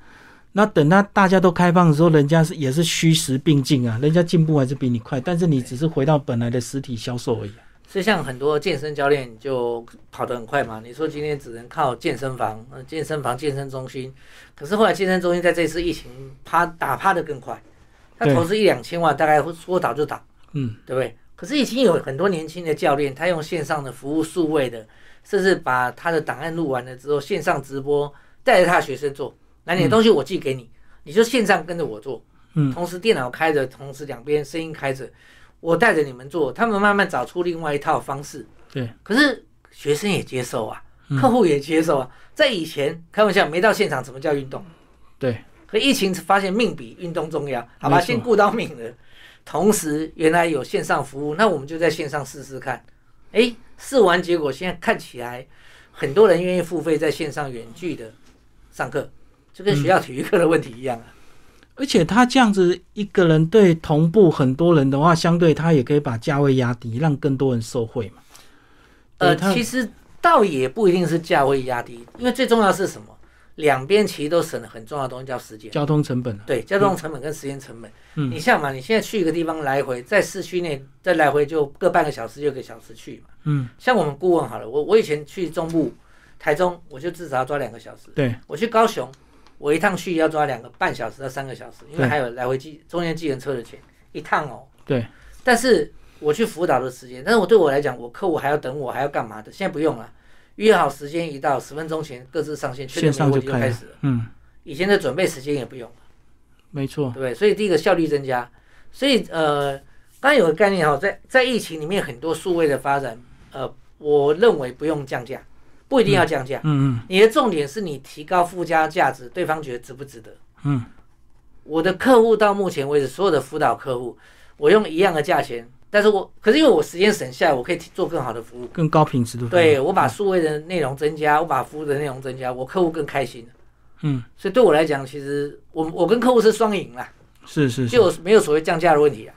A: 那等到大家都开放的时候，人家是也是虚实并进啊，人家进步还是比你快，但是你只是回到本来的实体销售而已。啊
B: 所以像很多健身教练就跑得很快嘛，你说今天只能靠健身房、呃健身房、健身中心，可是后来健身中心在这次疫情趴打趴得更快，他
A: 对
B: 投资一两千万，大概会说倒就倒，
A: 嗯，
B: 对不对？可是已经有很多年轻的教练，他用线上的服务数位的，甚至把他的档案录完了之后，线上直播带着他的学生做，那你的东西我寄给你，你就线上跟着我做，
A: 嗯
B: 同时电脑开着，同时两边声音开着，我带着你们做，他们慢慢找出另外一套方式。
A: 对，
B: 可是学生也接受啊
A: 嗯，
B: 客户也接受啊。在以前开玩笑，没到现场怎么叫运动？
A: 对。
B: 可疫情发现命比运动重要，好吧，
A: 没错
B: 先顾到命了。同时，原来有线上服务，那我们就在线上试试看。诶，试完结果现在看起来，很多人愿意付费在线上远距的上课，就
A: 嗯
B: 跟学校体育课的问题一样啊。
A: 而且他这样子一个人对同步很多人的话，相对他也可以把价位压低，让更多人受惠嘛。
B: 呃，
A: 对他
B: 其实倒也不一定是价位压低，因为最重要的是什么？两边其实都省了很重要的东西，叫时间。
A: 交通成本啊，
B: 对，交通成本跟时间成本。
A: 嗯
B: 你像嘛，你现在去一个地方来回，在市区内再来回就各半个小时、就一个小时去嘛。
A: 嗯，
B: 像我们顾问好了，我我以前去中部、台中，我就至少要抓两个小时。
A: 对，
B: 我去高雄，我一趟去要抓两个半小时到三个小时，因为
A: 对
B: 还有来回计中间计程车的钱一趟哦。
A: 对。
B: 但是我去辅导的时间，但是我对我来讲，我客户还要等我，还要干嘛的？现在不用了，约好时间一到，十分钟前各自上线，确
A: 线
B: 认没
A: 上
B: 问
A: 就
B: 题就开
A: 开
B: 始了。
A: 嗯，
B: 以前的准备时间也不用。
A: 没错
B: 对，不对？所以第一个效率增加，所以呃，刚刚有个概念哈、在在疫情里面很多数位的发展，呃，我认为不用降价，不一定要降价，
A: 嗯嗯
B: 你的重点是你提高附加价值，对方觉得值不值得？
A: 嗯，
B: 我的客户到目前为止所有的辅导客户，我用一样的价钱，但是我可是因为我时间省下来，我可以提做更好的服务。
A: 更高品质的服务，
B: 对我把数位的内容增加，我把服务的内容增加，我客户更开心。
A: 嗯，
B: 所以对我来讲，其实我我跟客户是双赢啦，
A: 是是是，
B: 就没有所谓降价的问题啊。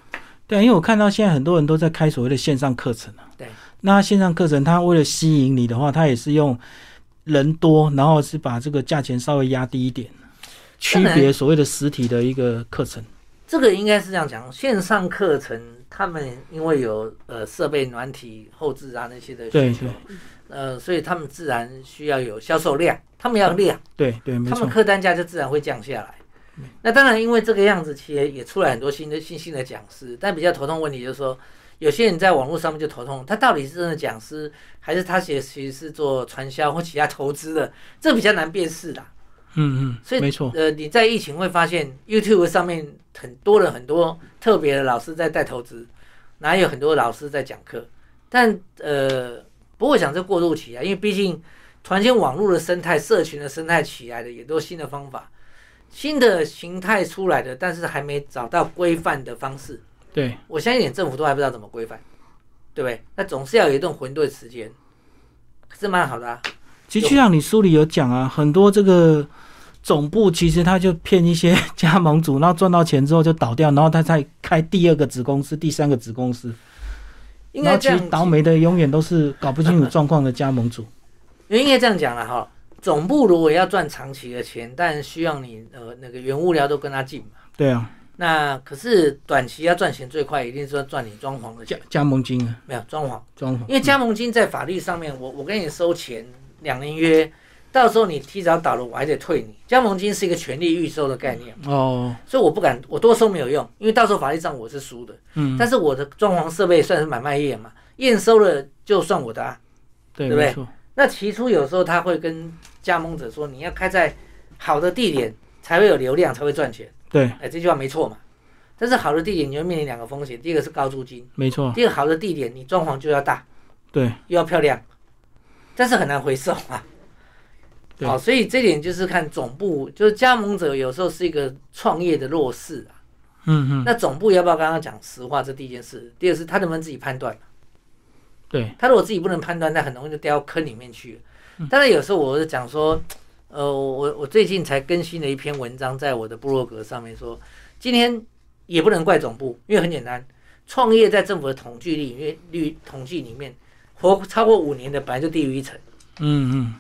A: 对，因为我看到现在很多人都在开所谓的线上课程啊。
B: 对，
A: 那线上课程它为了吸引你的话，它也是用人多，然后是把这个价钱稍微压低一点，区
B: 当然
A: 别所谓的实体的一个课程。
B: 这个应该是这样讲，线上课程他们因为有呃设备、软体、后置啊那些的需
A: 对
B: 求
A: 对，
B: 呃，所以他们自然需要有销售量，他们要量，
A: 对对，嗯没
B: 他们
A: 错，嗯
B: 客单价就自然会降下来。那当然，因为这个样子，其实也出来很多新的新兴的讲师，但比较头痛问题就是说，有些人在网络上面就头痛，他到底是真的讲师，还是他其实其实是做传销或其他投资的，这比较难辨识啦。
A: 嗯
B: 所
A: 嗯，
B: 以
A: 没错，
B: 呃，你在疫情会发现 YouTube 上面很多了很多特别的老师在带投资，然后有很多老师在讲课，但呃，不过我想这过渡期啊，因为毕竟团建网络的生态、社群的生态起来的也都新的方法、新的形态出来的，但是还没找到规范的方式。
A: 对
B: 我相信连政府都还不知道怎么规范，对不对？那总是要有一段混沌时间，可是蛮好的啊。
A: 其实就像你书里有讲啊，很多这个总部其实他就骗一些 加盟主，然后赚到钱之后就倒掉，然后他再开第二个子公司、第三个子公司，
B: 应
A: 然
B: 该
A: 后其
B: 这样
A: 实倒霉的永远都是搞不清楚状况的加盟 主。
B: 应该这样讲了哈，总部如果要赚长期的钱，但需要你呃那个原物料都跟他进嘛。
A: 对啊，
B: 那可是短期要赚钱最快，一定是要赚你装潢的
A: 加
B: 钱，
A: 加盟金啊，
B: 没有装潢，
A: 装潢
B: 因。为加盟金在法律上面，我我跟你收钱两年约，到时候你提早倒了，我还得退你。加盟金是一个权利预收的概念，
A: 哦，
B: 所以我不敢我多收没有用，因为到时候法律上我是输的。
A: 嗯，
B: 但是我的装潢设备算是买卖业嘛，验收了就算我的啊。
A: 对，
B: 对不对
A: 没错，
B: 那起初有时候他会跟加盟者说，你要开在好的地点才会有流量，才会赚钱。
A: 对，
B: 哎，这句话没错嘛。但是好的地点你会面临两个风险，第一个是高租金，
A: 没错，
B: 第二个好的地点你装潢就要大，
A: 对，
B: 又要漂亮，但是很难回收啊。
A: 对
B: 好、所以这点就是看总部，就是加盟者有时候是一个创业的弱势啊。
A: 嗯嗯，
B: 那总部要不要刚刚讲实话？这第一件事，第二个是他能不能自己判断？
A: 对，
B: 他如果自己不能判断，那很容易就掉到坑里面去了。当然，有时候我是讲说，呃，我我我最近才更新了一篇文章，在我的部落格上面说，今天也不能怪总部，因为很简单，创业在政府的统计里面，率统计里面，活超过五年的本来就低于一成。
A: 嗯嗯，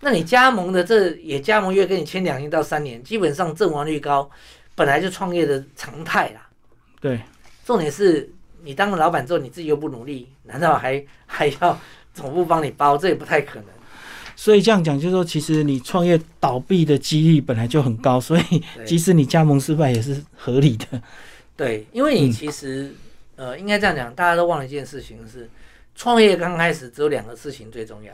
B: 那你加盟的这也加盟约跟你签两年到三年，基本上阵亡率高，本来就创业的常态啦。
A: 对，
B: 重点是你当了老板之后，你自己又不努力，难道还还要总部帮你包？这也不太可能。
A: 所以这样讲就是说，其实你创业倒闭的几率本来就很高，所以
B: 对
A: 即使你加盟失败也是合理的。
B: 对，因为你其实、呃，应该这样讲，大家都忘了一件事情是，创业刚开始只有两个事情最重要，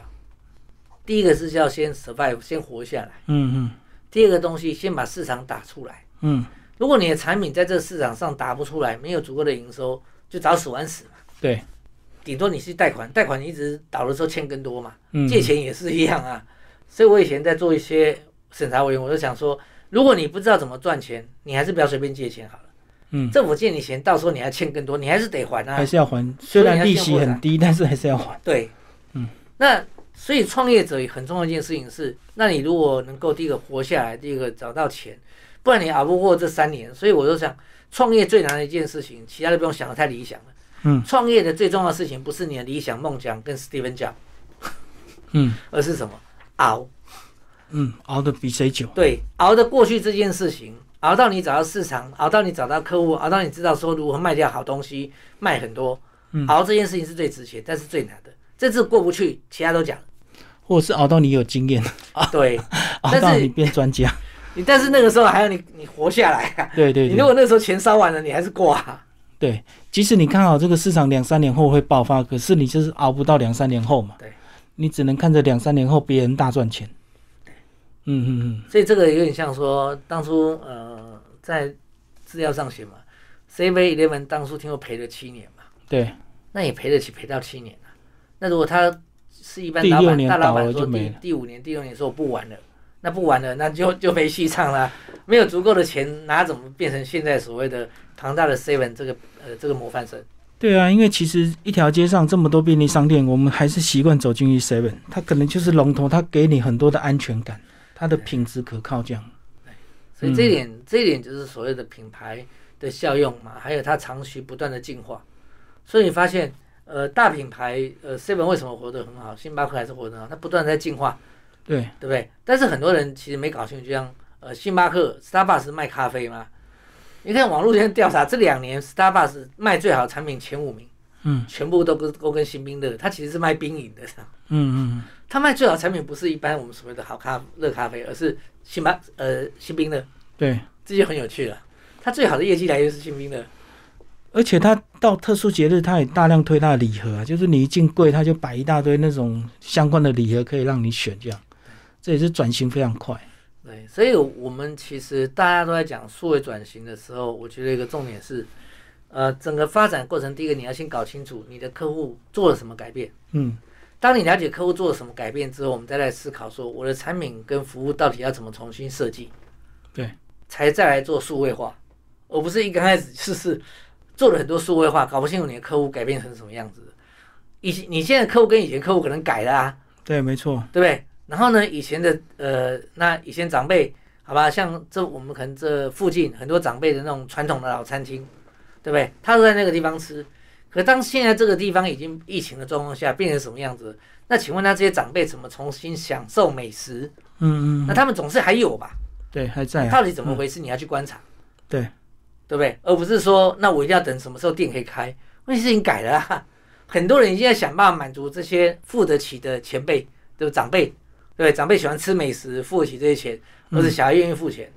B: 第一个是要先 survive，先活下来；
A: 嗯
B: 第二个东西，先把市场打出来。
A: 嗯嗯，
B: 如果你的产品在这个市场上打不出来，没有足够的营收，就早死晚死嘛。
A: 对，
B: 顶多你去贷款，贷款你一直倒的时候欠更多嘛。
A: 嗯，
B: 借钱也是一样啊。所以我以前在做一些审查委员，我就想说，如果你不知道怎么赚钱，你还是不要随便借钱好了。
A: 嗯
B: 政府借你钱，到时候你还欠更多，你还是得还啊
A: 还。是要还，
B: 所
A: 虽
B: 以你
A: 然
B: 要
A: 利
B: 先
A: 息
B: 获
A: 很
B: 得
A: 低，但是还是要还。
B: 对，
A: 嗯，
B: 那所以创业者很重要一件事情是，那你如果能够第一个活下来，第一个找到钱，不然你熬不过这三年。所以我就想，创业最难的一件事情，其他的不用想的太理想了。
A: 嗯
B: 创业的最重要的事情不是你的理想、梦想跟 Steven 讲，
A: 嗯
B: 而是什么？熬。
A: 嗯，熬得比谁久。
B: 对，熬得过去这件事情，熬到你找到市场，熬到你找到客户，熬到你知道说如何卖掉好东西，卖很多，
A: 嗯
B: 熬这件事情是最值钱，但是最难的。这次过不去，其他都讲
A: 或者是熬到你有经验，
B: 对，但
A: 熬到
B: 是
A: 你变专家。
B: 你但是那个时候还要你你活下来啊！
A: 对对
B: 你如
A: 对
B: 果那时候钱烧完了，你还是过啊。
A: 对，即使你看好这个市场两三年后会爆发，可是你就是熬不到两三年后嘛。
B: 对，
A: 你只能看着两三年后别人大赚钱。嗯嗯嗯，
B: 所以这个有点像说当初呃在资料上写嘛，CV Eleven 当初听说赔了七年嘛，
A: 对，
B: 那也赔得起，赔到七年啊。那如果他是一般
A: 第
B: 老
A: 六
B: 板
A: 年
B: 大老
A: 倒
B: 板
A: 了
B: 说
A: 就没
B: 第
A: 了
B: 第五年、第六年说我不玩了，那不玩了，那就就没戏唱啦。没有足够的钱，哪怎么变成现在所谓的庞大的 seven 这个呃这个模范生？
A: 对啊，因为其实一条街上这么多便利商店，我们还是习惯走进去 seven，它可能就是龙头，它给你很多的安全感，它的品质可靠这样。
B: 所以这一点、这一点就是所谓的品牌的效用嘛，还有它长期不断的进化。所以你发现，呃，大品牌呃 seven 为什么活得很好，星巴克还是活得很好，它不断地在进化，
A: 对，
B: 对不对？但是很多人其实没搞清楚，就像呃星巴克 Starbucks 卖咖啡吗？你看网络现在调查，这两年 Starbucks 卖最好的产品前五名，
A: 嗯，
B: 全部都跟都跟新冰乐，它其实是卖冰饮的。
A: 嗯嗯，
B: 它卖最好的产品不是一般我们所谓的好咖热咖啡，而是星巴呃新冰乐。
A: 对，
B: 这就很有趣了。它最好的业绩来源是新兵的，
A: 而且它到特殊节日，它也大量推它的礼盒啊，就是你一进柜，它就摆一大堆那种相关的礼盒可以让你选这样，这也是转型非常快。
B: 对，所以我们其实大家都在讲数位转型的时候，我觉得一个重点是，呃，整个发展过程，第一个你要先搞清楚你的客户做了什么改变。
A: 嗯，
B: 当你了解客户做了什么改变之后，我们再来思考说，我的产品跟服务到底要怎么重新设计，
A: 对，
B: 才再来做数位化，而不是一刚开始就是做了很多数位化，搞不清楚你的客户改变成什么样子。以前你现在的客户跟以前客户可能改了啊，
A: 对，没错，
B: 对不对？然后呢，以前的呃，那以前长辈，好吧，像这我们可能这附近很多长辈的那种传统的老餐厅，对不对？他都在那个地方吃。可当现在这个地方已经疫情的状况下变成什么样子？那请问他这些长辈怎么重新享受美食？
A: 嗯嗯，
B: 那他们总是还有吧？
A: 对，还在啊，
B: 嗯到底怎么回事？你要去观察，
A: 对
B: 对不对？而不是说那我一定要等什么时候店可以开。问题是你改了、啊， 很多人现在想办法满足这些付得起的前辈，对不对长辈，对不对长辈喜欢吃美食，付得起这些钱，或
A: 嗯
B: 者小孩愿意付钱。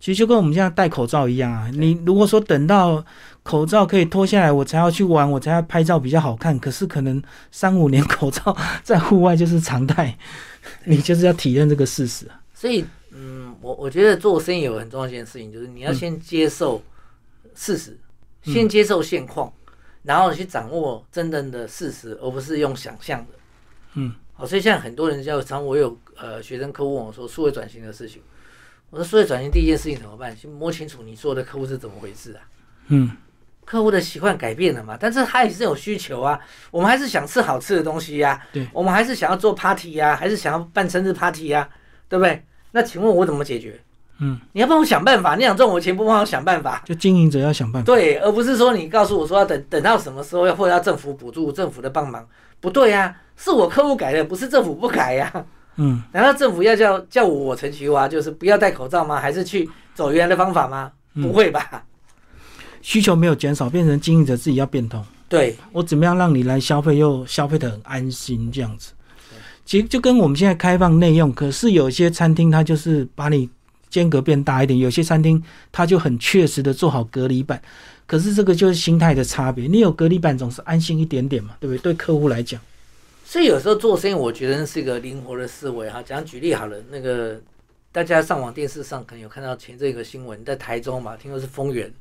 A: 其实就跟我们现在戴口罩一样啊，你如果说等到口罩可以脱下来，我才要去玩，我才要拍照比较好看，可是可能三五年口罩 在户外就是常态， 你就是要体认这个事实啊。
B: 所以，嗯，我我觉得做生意有很重要一件事情，就是你要先接受事实，
A: 嗯
B: 先接受现况，然后去掌握真正的事实，而不是用想象的。
A: 嗯，
B: 好，所以现在很多人叫常我有呃学生客户问我说数位转型的事情，我说数位转型第一件事情怎么办？先摸清楚你做的客户是怎么回事啊。
A: 嗯，
B: 客户的习惯改变了嘛，但是他也是有需求啊，我们还是想吃好吃的东西呀、
A: 对
B: 我们还是想要做 party 呀、还是想要办生日 party 呀、对不对？那请问我怎么解决？
A: 嗯，
B: 你要帮我想办法，你想赚我钱，不帮我想办法，
A: 就经营者要想办法。
B: 对，而不是说你告诉我说要等等到什么时候要获得到政府补助、政府的帮忙，不对呀、是我客户改的，不是政府不改呀、
A: 嗯，
B: 难道政府要叫叫我陈其华就是不要戴口罩吗？还是去走原来的方法吗？不会吧？
A: 需求没有减少，变成经营者自己要变通。
B: 对，
A: 我怎么样让你来消费又消费的很安心这样子？其实就跟我们现在开放内用，可是有些餐厅它就是把你间隔变大一点，有些餐厅它就很确实的做好隔离板。可是这个就是心态的差别，你有隔离板总是安心一点点嘛，对不对？对客户来讲，
B: 所以有时候做生意，我觉得是一个灵活的思维哈。讲举例好了，那个大家上网电视上可能有看到前这个新闻，在台中嘛，听说是丰原，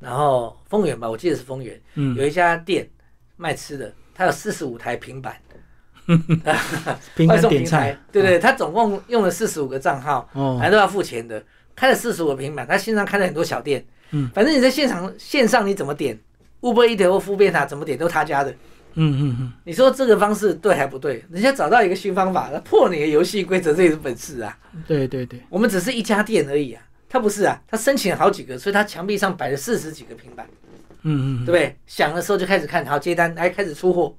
B: 然后丰原吧，我记得是丰原，
A: 嗯，
B: 有一家店卖吃的，它有四十五台平板，
A: 平
B: 外
A: 安
B: 送
A: 点
B: 平
A: 菜
B: 台，，哎对对，它总共用了四十五个账号，
A: 哦
B: 反，正都要付钱的。开了四十五个平板，它线上开了很多小店，
A: 嗯，
B: 反正你在现场线上你怎么点，Uber Eats 或 f o o 怎么点都他家的，
A: 嗯嗯嗯，
B: 你说这个方式对还不对？人家找到一个新方法，那破你的游戏规则，这也是本事啊。
A: 嗯对对对，
B: 我们只是一家店而已啊，他不是啊，他申请了好几个，所以他墙壁上摆了四十几个平板，
A: 嗯嗯
B: 对不
A: 嗯，
B: 对？响的时候就开始看，好接单，来开始出货，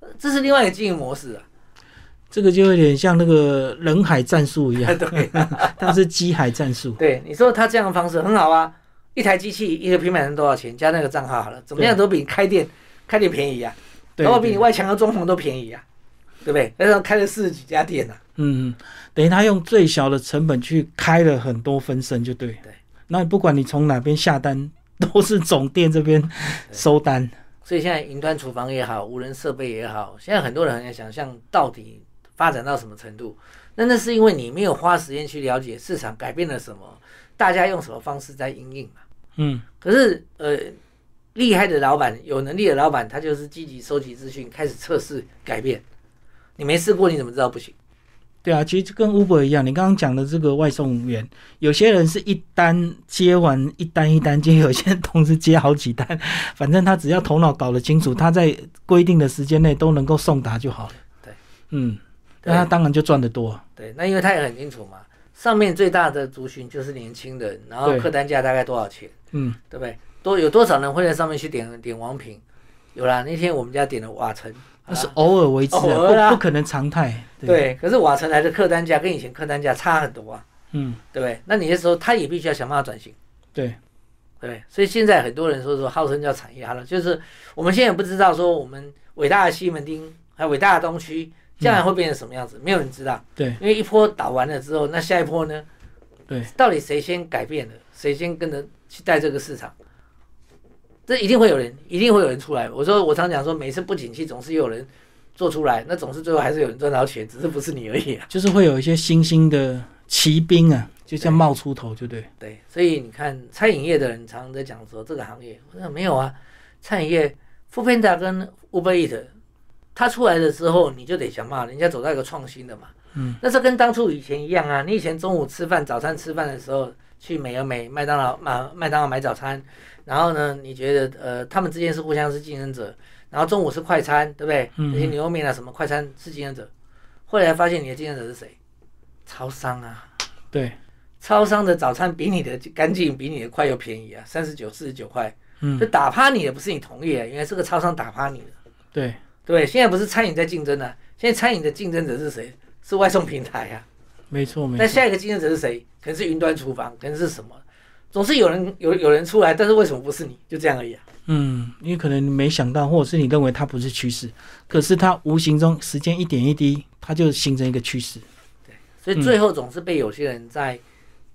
B: 呃这是另外一个经营 模式啊。
A: 这个就有点像那个人海战术一 样，
B: 对
A: 它是机海战术，
B: 对，你说他这样的方式很好啊，一台机器一个平板能多少钱？加那个账号好了，怎么样都比你开店开店便宜啊，
A: 对
B: 然后比你
A: 对
B: 外墙和装潢都便宜啊，对不对？那时候开了四十几家店啊。
A: 嗯，等于他用最小的成本去开了很多分身，就对。
B: 对，
A: 那不管你从哪边下单，都是总店这边收单。
B: 所以现在云端厨房也好，无人设备也好，现在很多人很难想象到底发展到什么程度。那那是因为你没有花时间去了解市场改变了什么，大家用什么方式在应应嘛。
A: 嗯，
B: 可是呃，厉害的老板、有能力的老板，他就是积极收集资讯，开始测试改变。你没试过，你怎么知道不行？
A: 对啊，其实就跟 Uber 一样，你刚刚讲的这个外送员，有些人是一单接完一单一单接，有些人同时接好几单，反正他只要头脑搞得清楚，他在规定的时间内都能够送达就好了。
B: 对，
A: 嗯，那他当然就赚得多。
B: 对，那因为他也很清楚嘛，上面最大的族群就是年轻人，然后
A: 对
B: 客单价大概多少钱，
A: 嗯，
B: 对不对？多有多少人会在上面去点点王品？有啦，那天我们家点了瓦城，
A: 那是
B: 啊
A: 偶尔为之
B: 偶
A: 的，
B: 尔啊
A: 不不可能常态。对，
B: 对，可是瓦城来的客单价跟以前客单价差很多啊，
A: 嗯，
B: 对不对？那你那时候他也必须要想办法转型。
A: 对，
B: 对，所以现在很多人说说号称叫产业哈了，就是我们现在也不知道说我们伟大的西门町还有伟大的东区将来会变成什么样子，没有人知道。
A: 对，
B: 因为一波倒完了之后，那下一波呢？
A: 对，
B: 到底谁先改变了，谁先跟着去带这个市场？这一定会有人，一定会有人出来。我说，我常讲说，每次不景气总是有人做出来，那总是最后还是有人赚到钱，只是不是你而已啊。
A: 就是会有一些新兴的骑兵啊，就这样冒出头，就对。
B: 对，所以你看餐饮业的人常常在讲说这个行业，我说没有啊，餐饮业 f o o p a n d a 跟 Uber Eat，它出来的时候你就得想嘛，人家走到一个创新的嘛，
A: 嗯，
B: 那这跟当初以前一样啊，你以前中午吃饭、早餐吃饭的时候去美而美、麦当劳买麦当劳买早餐，然后呢，你觉得呃他们之间是互相是竞争者，然后中午是快餐，对不对？
A: 嗯
B: 那些牛肉面啊什么快餐是竞争者，后来发现你的竞争者是谁？超商啊。
A: 对，
B: 超商的早餐比你的干净，比你的快又便宜啊，三十九、四十九块，
A: 嗯
B: 就，打趴你的不是你同业、啊，原来是个超商打趴你的，
A: 对，
B: 对不对？现在不是餐饮在竞争啊，现在餐饮的竞争者是谁？是外送平台啊。
A: 没错，没
B: 那
A: 错。
B: 下一个竞争者是谁？可能是云端厨房，可能是什么？总是有人有有人出来，但是为什么不是你？就这样而已啊。
A: 嗯，因为可能你没想到，或者是你认为它不是趋势，可是它无形中时间一点一滴，它就形成一个趋势。
B: 所
A: 嗯
B: 以最后总是被有些人在，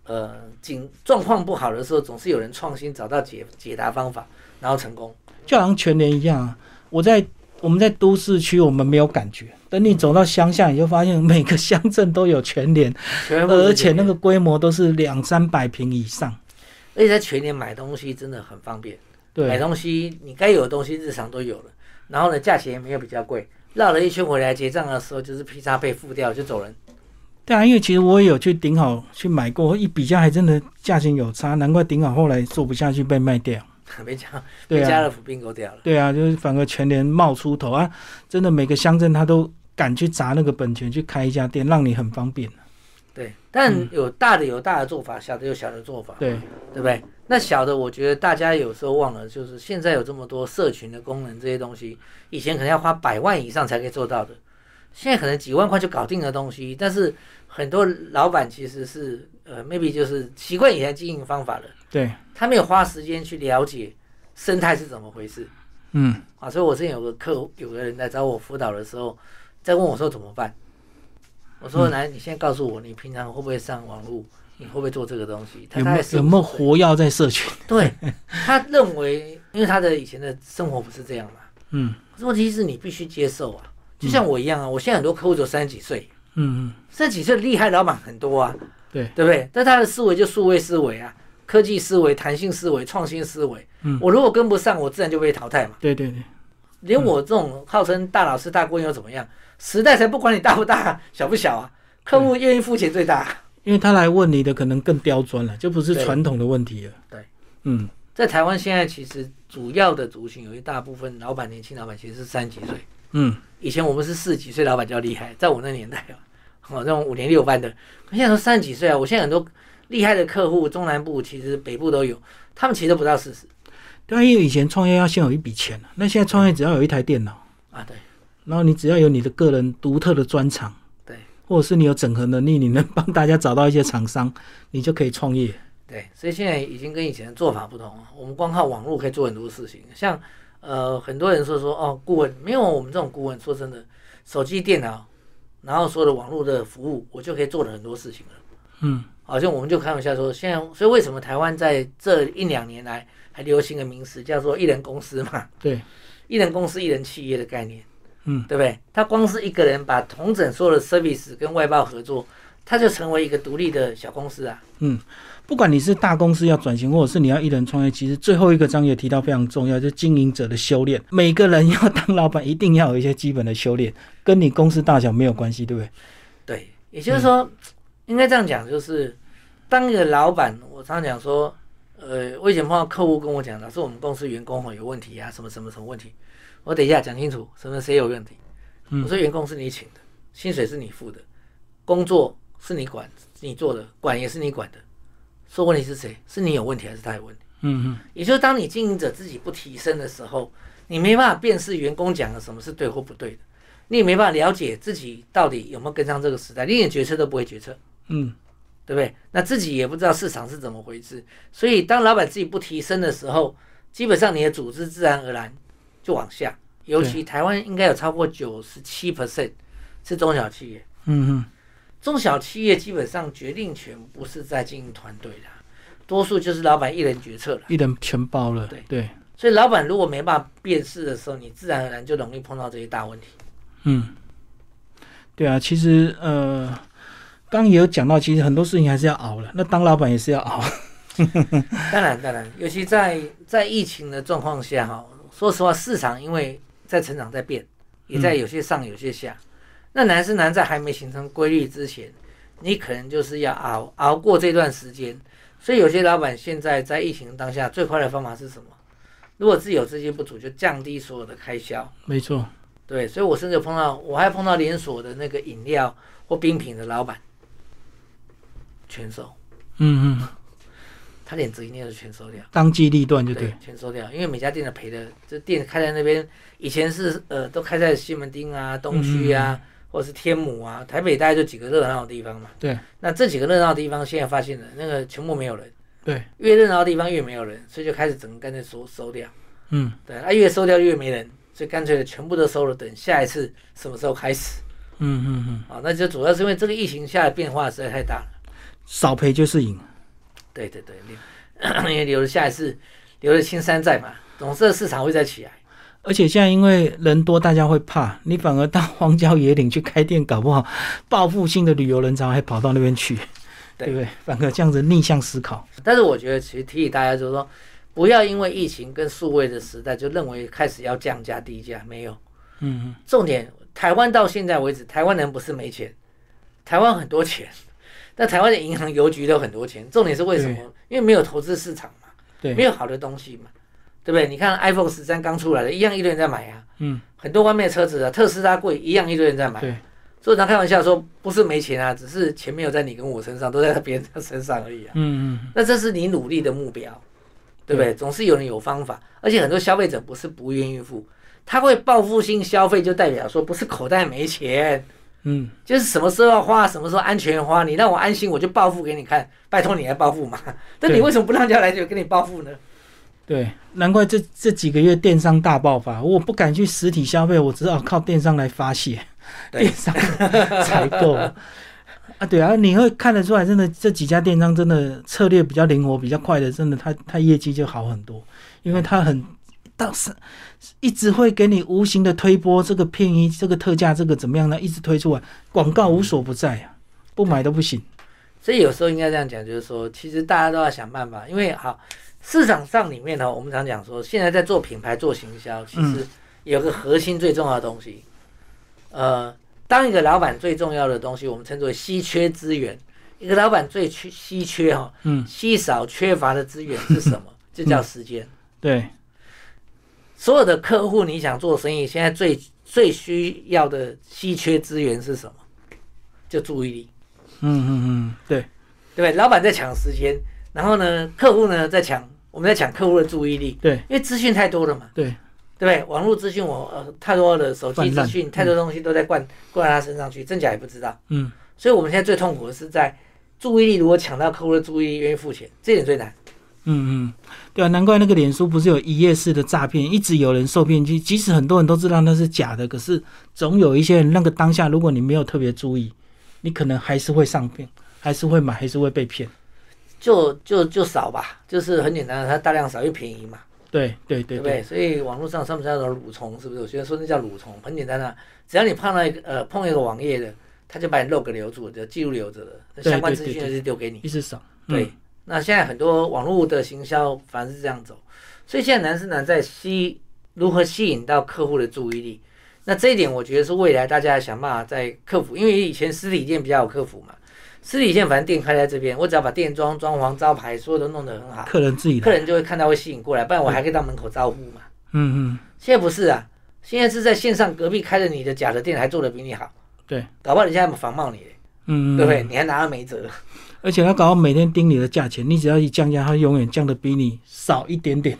B: 呃，景状况不好的时候，总是有人创新，找到解解答方法，然后成功。
A: 就好像全年一样啊。我在我们在都市区，我们没有感觉。等你走到乡下，你就发现每个乡镇都有全联，
B: 嗯全部是
A: 而且
B: 这样
A: 那个规模都是两三百平以上。
B: 而且在全年买东西真的很方便。买
A: 对，
B: 东西你该有的东西日常都有了，然后呢，价钱也没有比较贵。绕了一圈回来结账的时候，就是披萨被付掉就走人。
A: 对啊，因为其实我也有去顶好去买过，一比价还真的价钱有差，难怪顶好后来做不下去被卖掉。
B: 没讲，被
A: 对
B: 家
A: 啊，
B: 乐福并购掉了。
A: 对啊，就是反而全联冒出头啊，真的每个乡镇他都敢去砸那个本钱去开一家店，让你很方便。
B: 对，但有大的有大的做法，小的有小的做法，
A: 嗯对，
B: 对不对？那小的，我觉得大家有时候忘了，就是现在有这么多社群的功能，这些东西以前可能要花百万以上才可以做到的，现在可能几万块就搞定的东西。但是很多老板其实是呃，maybe 就是习惯以前的经营方法了。
A: 对，
B: 他没有花时间去了解生态是怎么回事
A: 嗯，
B: 啊。所以我之前有个客户，有个人来找我辅导的时候，在问我说怎么办。我说：“
A: 嗯
B: 来，你现在告诉我，你平常会不会上网络？你会不会做这个东西？”他
A: 有
B: 大
A: 没
B: 概
A: 有
B: 是
A: 有没有活跃在社群？
B: 对，他认为，因为他的以前的生活不是这样嘛。
A: 嗯
B: 可是问题是你必须接受啊，就像我一样啊，我现在很多客户只有三十几岁，
A: 嗯嗯，
B: 三十几岁厉害老板很多啊，
A: 对
B: 对不对？但他的思维就数位思维啊，科技思维、弹性思维、创新思维。
A: 嗯
B: 我如果跟不上，我自然就被淘汰嘛。
A: 对对对。嗯
B: 连我这种号称大老师、大官又怎么样？时代才不管你大不大、 小不小啊，客户愿意付钱最大。
A: 因为他来问你的可能更刁钻了，就不是传统的问题了。
B: 对对，
A: 嗯，
B: 在台湾现在，其实主要的族群有一大部分老板，年轻老板其实是三十几岁。
A: 嗯，
B: 以前我们是四十几岁老板叫厉害，在我那年代啊， 哦，那种五年六班的，可现在都三十几岁啊。我现在很多厉害的客户，中南部其实北部都有，他们其实都不到四十
A: 对啊，因为以前创业要先有一笔钱啊那现在创业只要有一台电脑，
B: 啊。对，
A: 然后你只要有你的个人独特的专长，
B: 对，
A: 或者是你有整合能力，你能帮大家找到一些厂 商，你就可以创业。
B: 对，所以现在已经跟以前的做法不同了。我们光靠网络可以做很多事情，像呃，很多人说说哦，顾问没有我们这种顾问，说真的，手机、电脑，然后所有的网络的服务，我就可以做了很多事情了。啊
A: 嗯，
B: 好像我们就开玩笑说，现在所以为什么台湾在这一两年来还流行个名词叫做“一人公司”嘛？
A: 对，
B: 一人公司、一人企业的概念，
A: 嗯，
B: 对不对？他光是一个人把同整所有的 service 跟外包合作，他就成为一个独立的小公司啊。
A: 不管你是大公司要转型，或者是你要一人创业，其实最后一个章节提到非常重要，就是经营者的修炼。每个人 要当老板，一定要有一些基本的修炼，跟你公司大小没有关系，对不对？
B: 对，也就是说，应该这样讲，就是当一个老板，我常常讲说，呃，我以前碰到客户跟我讲，老师，我们公司员工吼有问题啊，什么什么什么问题，我等一下讲清楚，什么谁有问题。我说员工是你请的，薪水是你付的，工作是你管，你做的，管也是你管的。说问题是谁？是你有问题还是他有问题？
A: 嗯嗯
B: 也就是当你经营者自己不提升的时候，你没办法辨识员工讲的什么是对或不对的，你也没办法了解自己到底有没有跟上这个时代，你连决策都不会决策，
A: 嗯，
B: 对不对？那自己也不知道市场是怎么回事，所以当老板自己不提升的时候，基本上你的组织自然而然就往下。尤其台湾应该有超过九十七 percent 是中小企业，
A: 嗯嗯
B: 中小企业基本上决定权不是在经营团队啦，多数就是老板一人决策啦。
A: 一人全包了，
B: 对
A: 对，
B: 所以老板如果没办法辨识的时候，你自然而然就容易碰到这些大问题。
A: 嗯，对啊，其实呃，刚也有讲到，其实很多事情还是要熬了，那当老板也是要熬，
B: 当然，当然，尤其在在疫情的状况下哈，说实话，市场因为在成长在变，也在有些上有些下。那难是难在还没形成规律之前，你可能就是要熬熬过这段时间。所以有些老板现在在疫情当下，最快的方法是什么？如果自己有资金不足，就降低所有的开销。
A: 没错，
B: 对，所以我甚至有碰到，我还碰到连锁的那个饮料或冰品的老板，全收，
A: 嗯嗯，
B: 他连直营店都全收掉，
A: 当机立断就嗯对，
B: 全收掉，因为每家店的赔的，这店开在那边，以前是呃都开在西门町啊、东区啊，或者是天母啊，台北大概就几个热闹的地方嘛。
A: 对
B: 那这几个热闹的地方，现在发现了那个全部没有人，
A: 对，
B: 越热闹的地方越没有人，所以就开始整个干脆收收掉。
A: 嗯
B: 对，啊越收掉越没人，所以干脆全部都收了，等下一次什么时候开始。
A: 嗯嗯嗯，
B: 啊，那就主要是因为这个疫情下的变化实在太大了。
A: 少赔就是赢，
B: 对对对，留 因为留了下一次留了青山在嘛，总是市场会再起来。
A: 而且现在因为人多，大家会怕，你反而到荒郊野岭去开店，搞不好 报复性的旅游人潮还跑到那边去，
B: 对
A: 对不对？反而这样子逆向思考，
B: 但是我觉得，其实提醒大家就是说，不要因为疫情跟数位的时代就认为开始要降价低价，没有。
A: 嗯嗯，
B: 重点，台湾到现在为止，台湾人不是没钱，台湾很多钱，但台湾的银行、邮局都很多钱。重点是为什么？因为没有投资市场嘛，
A: 对
B: 没有好的东西嘛，对不对？你看 iPhone 十三刚出来的，一样一堆人在买啊。
A: 嗯，
B: 很多外面的车子啊，特斯拉贵，一样一堆人在买。
A: 对，
B: 所以常开玩笑说，不是没钱啊，只是钱没有在你跟我身上，都在别人的身上而已啊。
A: 嗯嗯，
B: 那这是你努力的目标，对不对？总是有人有方法，而且很多消费者不是不愿意付，他会报复性消费，就代表说不是口袋没钱，
A: 嗯，
B: 就是什么时候要花，什么时候安全花，你让我安心，我就报复给你看，拜托你来报复嘛。但你为什么不让人家来就给你报复呢？
A: 对，难怪这这几个月电商大爆发，我不敢去实体消费，我只好靠电商来发泄，
B: 对
A: 电商采购。啊，对啊，你会看得出来，真的这几家电商真的策略比较灵活、比较快的，真的它它业绩就好很多，因为它很到是一直会给你无形的推波，这个便宜、这个特价、这个怎么样呢？一直推出来，广告无所不在啊，不买都不行。
B: 所以有时候应该这样讲，就是说，其实大家都要想办法，因为好市场上里面呢，我们常讲说，现在在做品牌、做行销，其实有个核心最重要的东西，呃，当一个老板最重要的东西，我们称之为稀缺资源。嗯一个老板最缺稀缺哈，
A: 嗯，
B: 稀少缺乏的资源是什么？就叫时间。
A: 对，
B: 所有的客户，你想做生意，现在最最需要的稀缺资源是什么？就注意力。
A: 嗯嗯嗯，对，
B: 对不对？老板在抢时间，然后呢，客户呢在抢，我们在抢客户的注意力，
A: 对
B: 因为资讯太多了嘛，
A: 对，
B: 对不对？网络资讯我呃太多的手机
A: 泛滥
B: 资讯，太多东西都在灌灌到他身上去，真假也不知道。
A: 嗯
B: 所以我们现在最痛苦的是在注意力如果抢到客户的注意力，愿意付钱，这点最难。
A: 嗯嗯，对啊，难怪那个脸书不是有一夜式的诈骗，一直有人受骗。即即使很多人都知道那是假的，可是总有一些人那个当下，如果你没有特别注意，你可能还是会上骗，还是会买，还是会被骗。
B: 就就就少吧，就是很简单的，它大量少又便宜嘛，
A: 对对
B: 对
A: 对
B: 不
A: 对，
B: 对？所以网络上上面叫做蠕虫，是不是？有些人说那叫蠕虫，很简单啊，只要你碰到一个呃碰一个网页的，他就把你 log 留住，就记录留着了，那
A: 对
B: 相关
A: 对
B: 资
A: 对
B: 讯
A: 对
B: 就丢给你。
A: 一直少。
B: 对，
A: 嗯，
B: 那现在很多网络的行销反而是这样走，所以现在难是难在吸如何吸引到客户的注意力。那这一点我觉得是未来大家要想办法在克服，因为以前实体店比较有克服嘛，实体店反正店开在这边，我只要把店装、装潢、招牌所有都弄得很好，
A: 客人自己
B: 客
A: 来，
B: 人就会看到会吸引过来，不然我还可以到门口招呼嘛。
A: 嗯嗯，
B: 现在不是啊，现在是在线上隔壁开了你的假的店，还做的比你好，
A: 对，
B: 搞不好人家还仿冒你嘞，
A: 嗯，
B: 对不对？？你还拿他没辙。
A: 而且他搞到每天盯你的价钱，你只要一降价，他永远降的比你少一点点。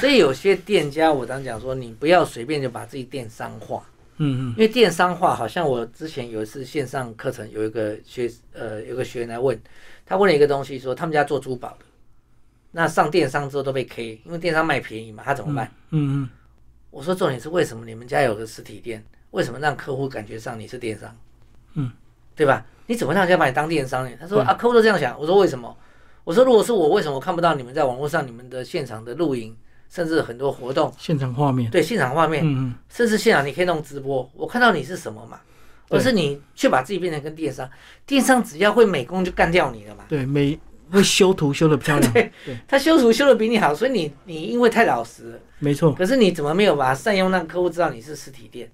B: 所以有些店家，我常讲说，你不要随便就把自己电商化，
A: 嗯嗯
B: 因为电商化，好像我之前有一次线上课程，有一个学呃有个学员来问，他问了一个东西说，他们家做珠宝的，那上电商之后都被 K，因为电商卖便宜嘛，他怎么办？
A: 嗯嗯，
B: 我说重点是为什么你们家有个实体店，为什么让客户感觉上你是电商？
A: 嗯，
B: 对吧？你怎么让人家把你当电商呢？他说
A: 对
B: 啊，客户都这样想。我说为什么？我说如果是我，为什么我看不到你们在网络上你们的现场的录影，甚至很多活动，
A: 嗯现场画面，
B: 对现场画面，
A: 嗯嗯，
B: 甚至现场你可以弄直播，我看到你是什么嘛？
A: 对
B: 而是你却把自己变成跟电商，电商只要会美工就干掉你了嘛。
A: 对，每会修图修的漂 亮，
B: 他修图修的比你好，所以你你因为太老实了，
A: 没错。
B: 可是你怎么没有把它善用让客户知道你是实体店？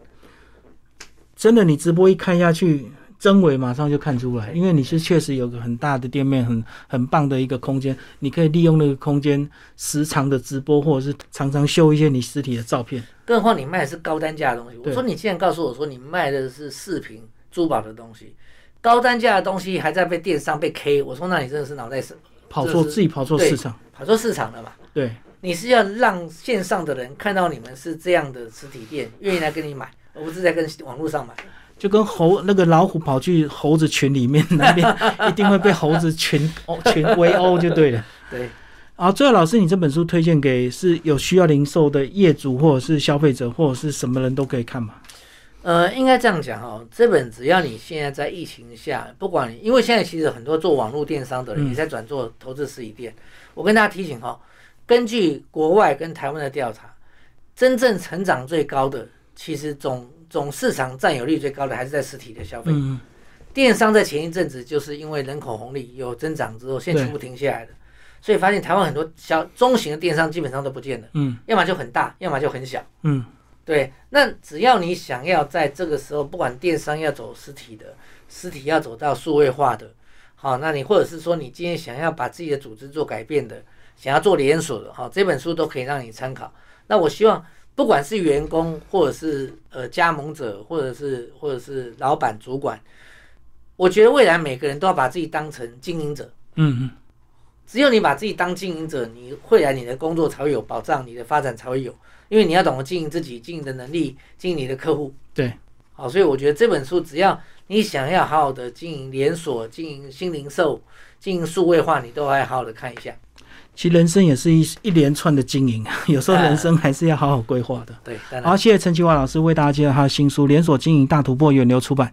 A: 真的，你直播一开下去，真伪马上就看出来，因为你是确实有个很大的店面，很很棒的一个空间，你可以利用那个空间时常的直播，或者是常常秀一些你实体的照片。
B: 更何况你卖的是高单价的东西。我
A: 对
B: 说你既然告诉我说你卖的是饰品、珠宝的东西，高单价的东西还在被电商被 K，我说那你真的是脑袋是
A: 跑错
B: 这是
A: 自己跑错市场，
B: 跑错市场了嘛？
A: 对
B: 你是要让线上的人看到你们是这样的实体店，愿意来跟你 买，而不是在跟网络上买。
A: 就跟猴那个老虎跑去猴子群里面，那边一定会被猴子群哦群围殴就 对了。
B: 对，
A: 好，最后老师，你这本书推荐给是有需要零售的业主或者是消费者或者是什么人都可以看嘛？
B: 呃，应该这样讲哦，这本只要你现在在疫情下，不管你，因为现在其实很多做网络电商的人
A: 嗯
B: 也在转做投资实体店。我跟大家提醒哦，根据国外跟台湾的调查，真正成长最高的，其实总总市场占有率最高的还是在实体的消费。
A: 嗯，
B: 电商在前一阵子就是因为人口红利有增长之后，现在全部停下来了，所以发现台湾很多小中型的电商基本上都不见了，
A: 嗯
B: 要么就很大，要么就很小。
A: 嗯，
B: 对，那只要你想要在这个时候，不管电商要走实体的，实体要走到数位化的，好，那你或者是说你今天想要把自己的组织做改变的，想要做连锁的，哈，这本书都可以让你参考。那我希望，不管是员工，或者是呃加盟者，或者是或者是老板主管，我觉得未来每个人都要把自己当成经营者。
A: 嗯嗯，
B: 只有你把自己当经营者，你未来你的工作才会有保障，你的发展才会有，因为你要懂得经营自己、经营的能力、经营你的客户。
A: 对，
B: 好，所以我觉得这本书，只要你想要好好的经营连锁、经营新零售、经营数位化，你都还好好的看一下。
A: 其实人生也是一一连串的经 营，啊有时候人生还是要好好规划的。
B: 对，当然。
A: 好，谢谢陈启华老师为大家介绍他的新书《连锁经营大突破》，远流出版。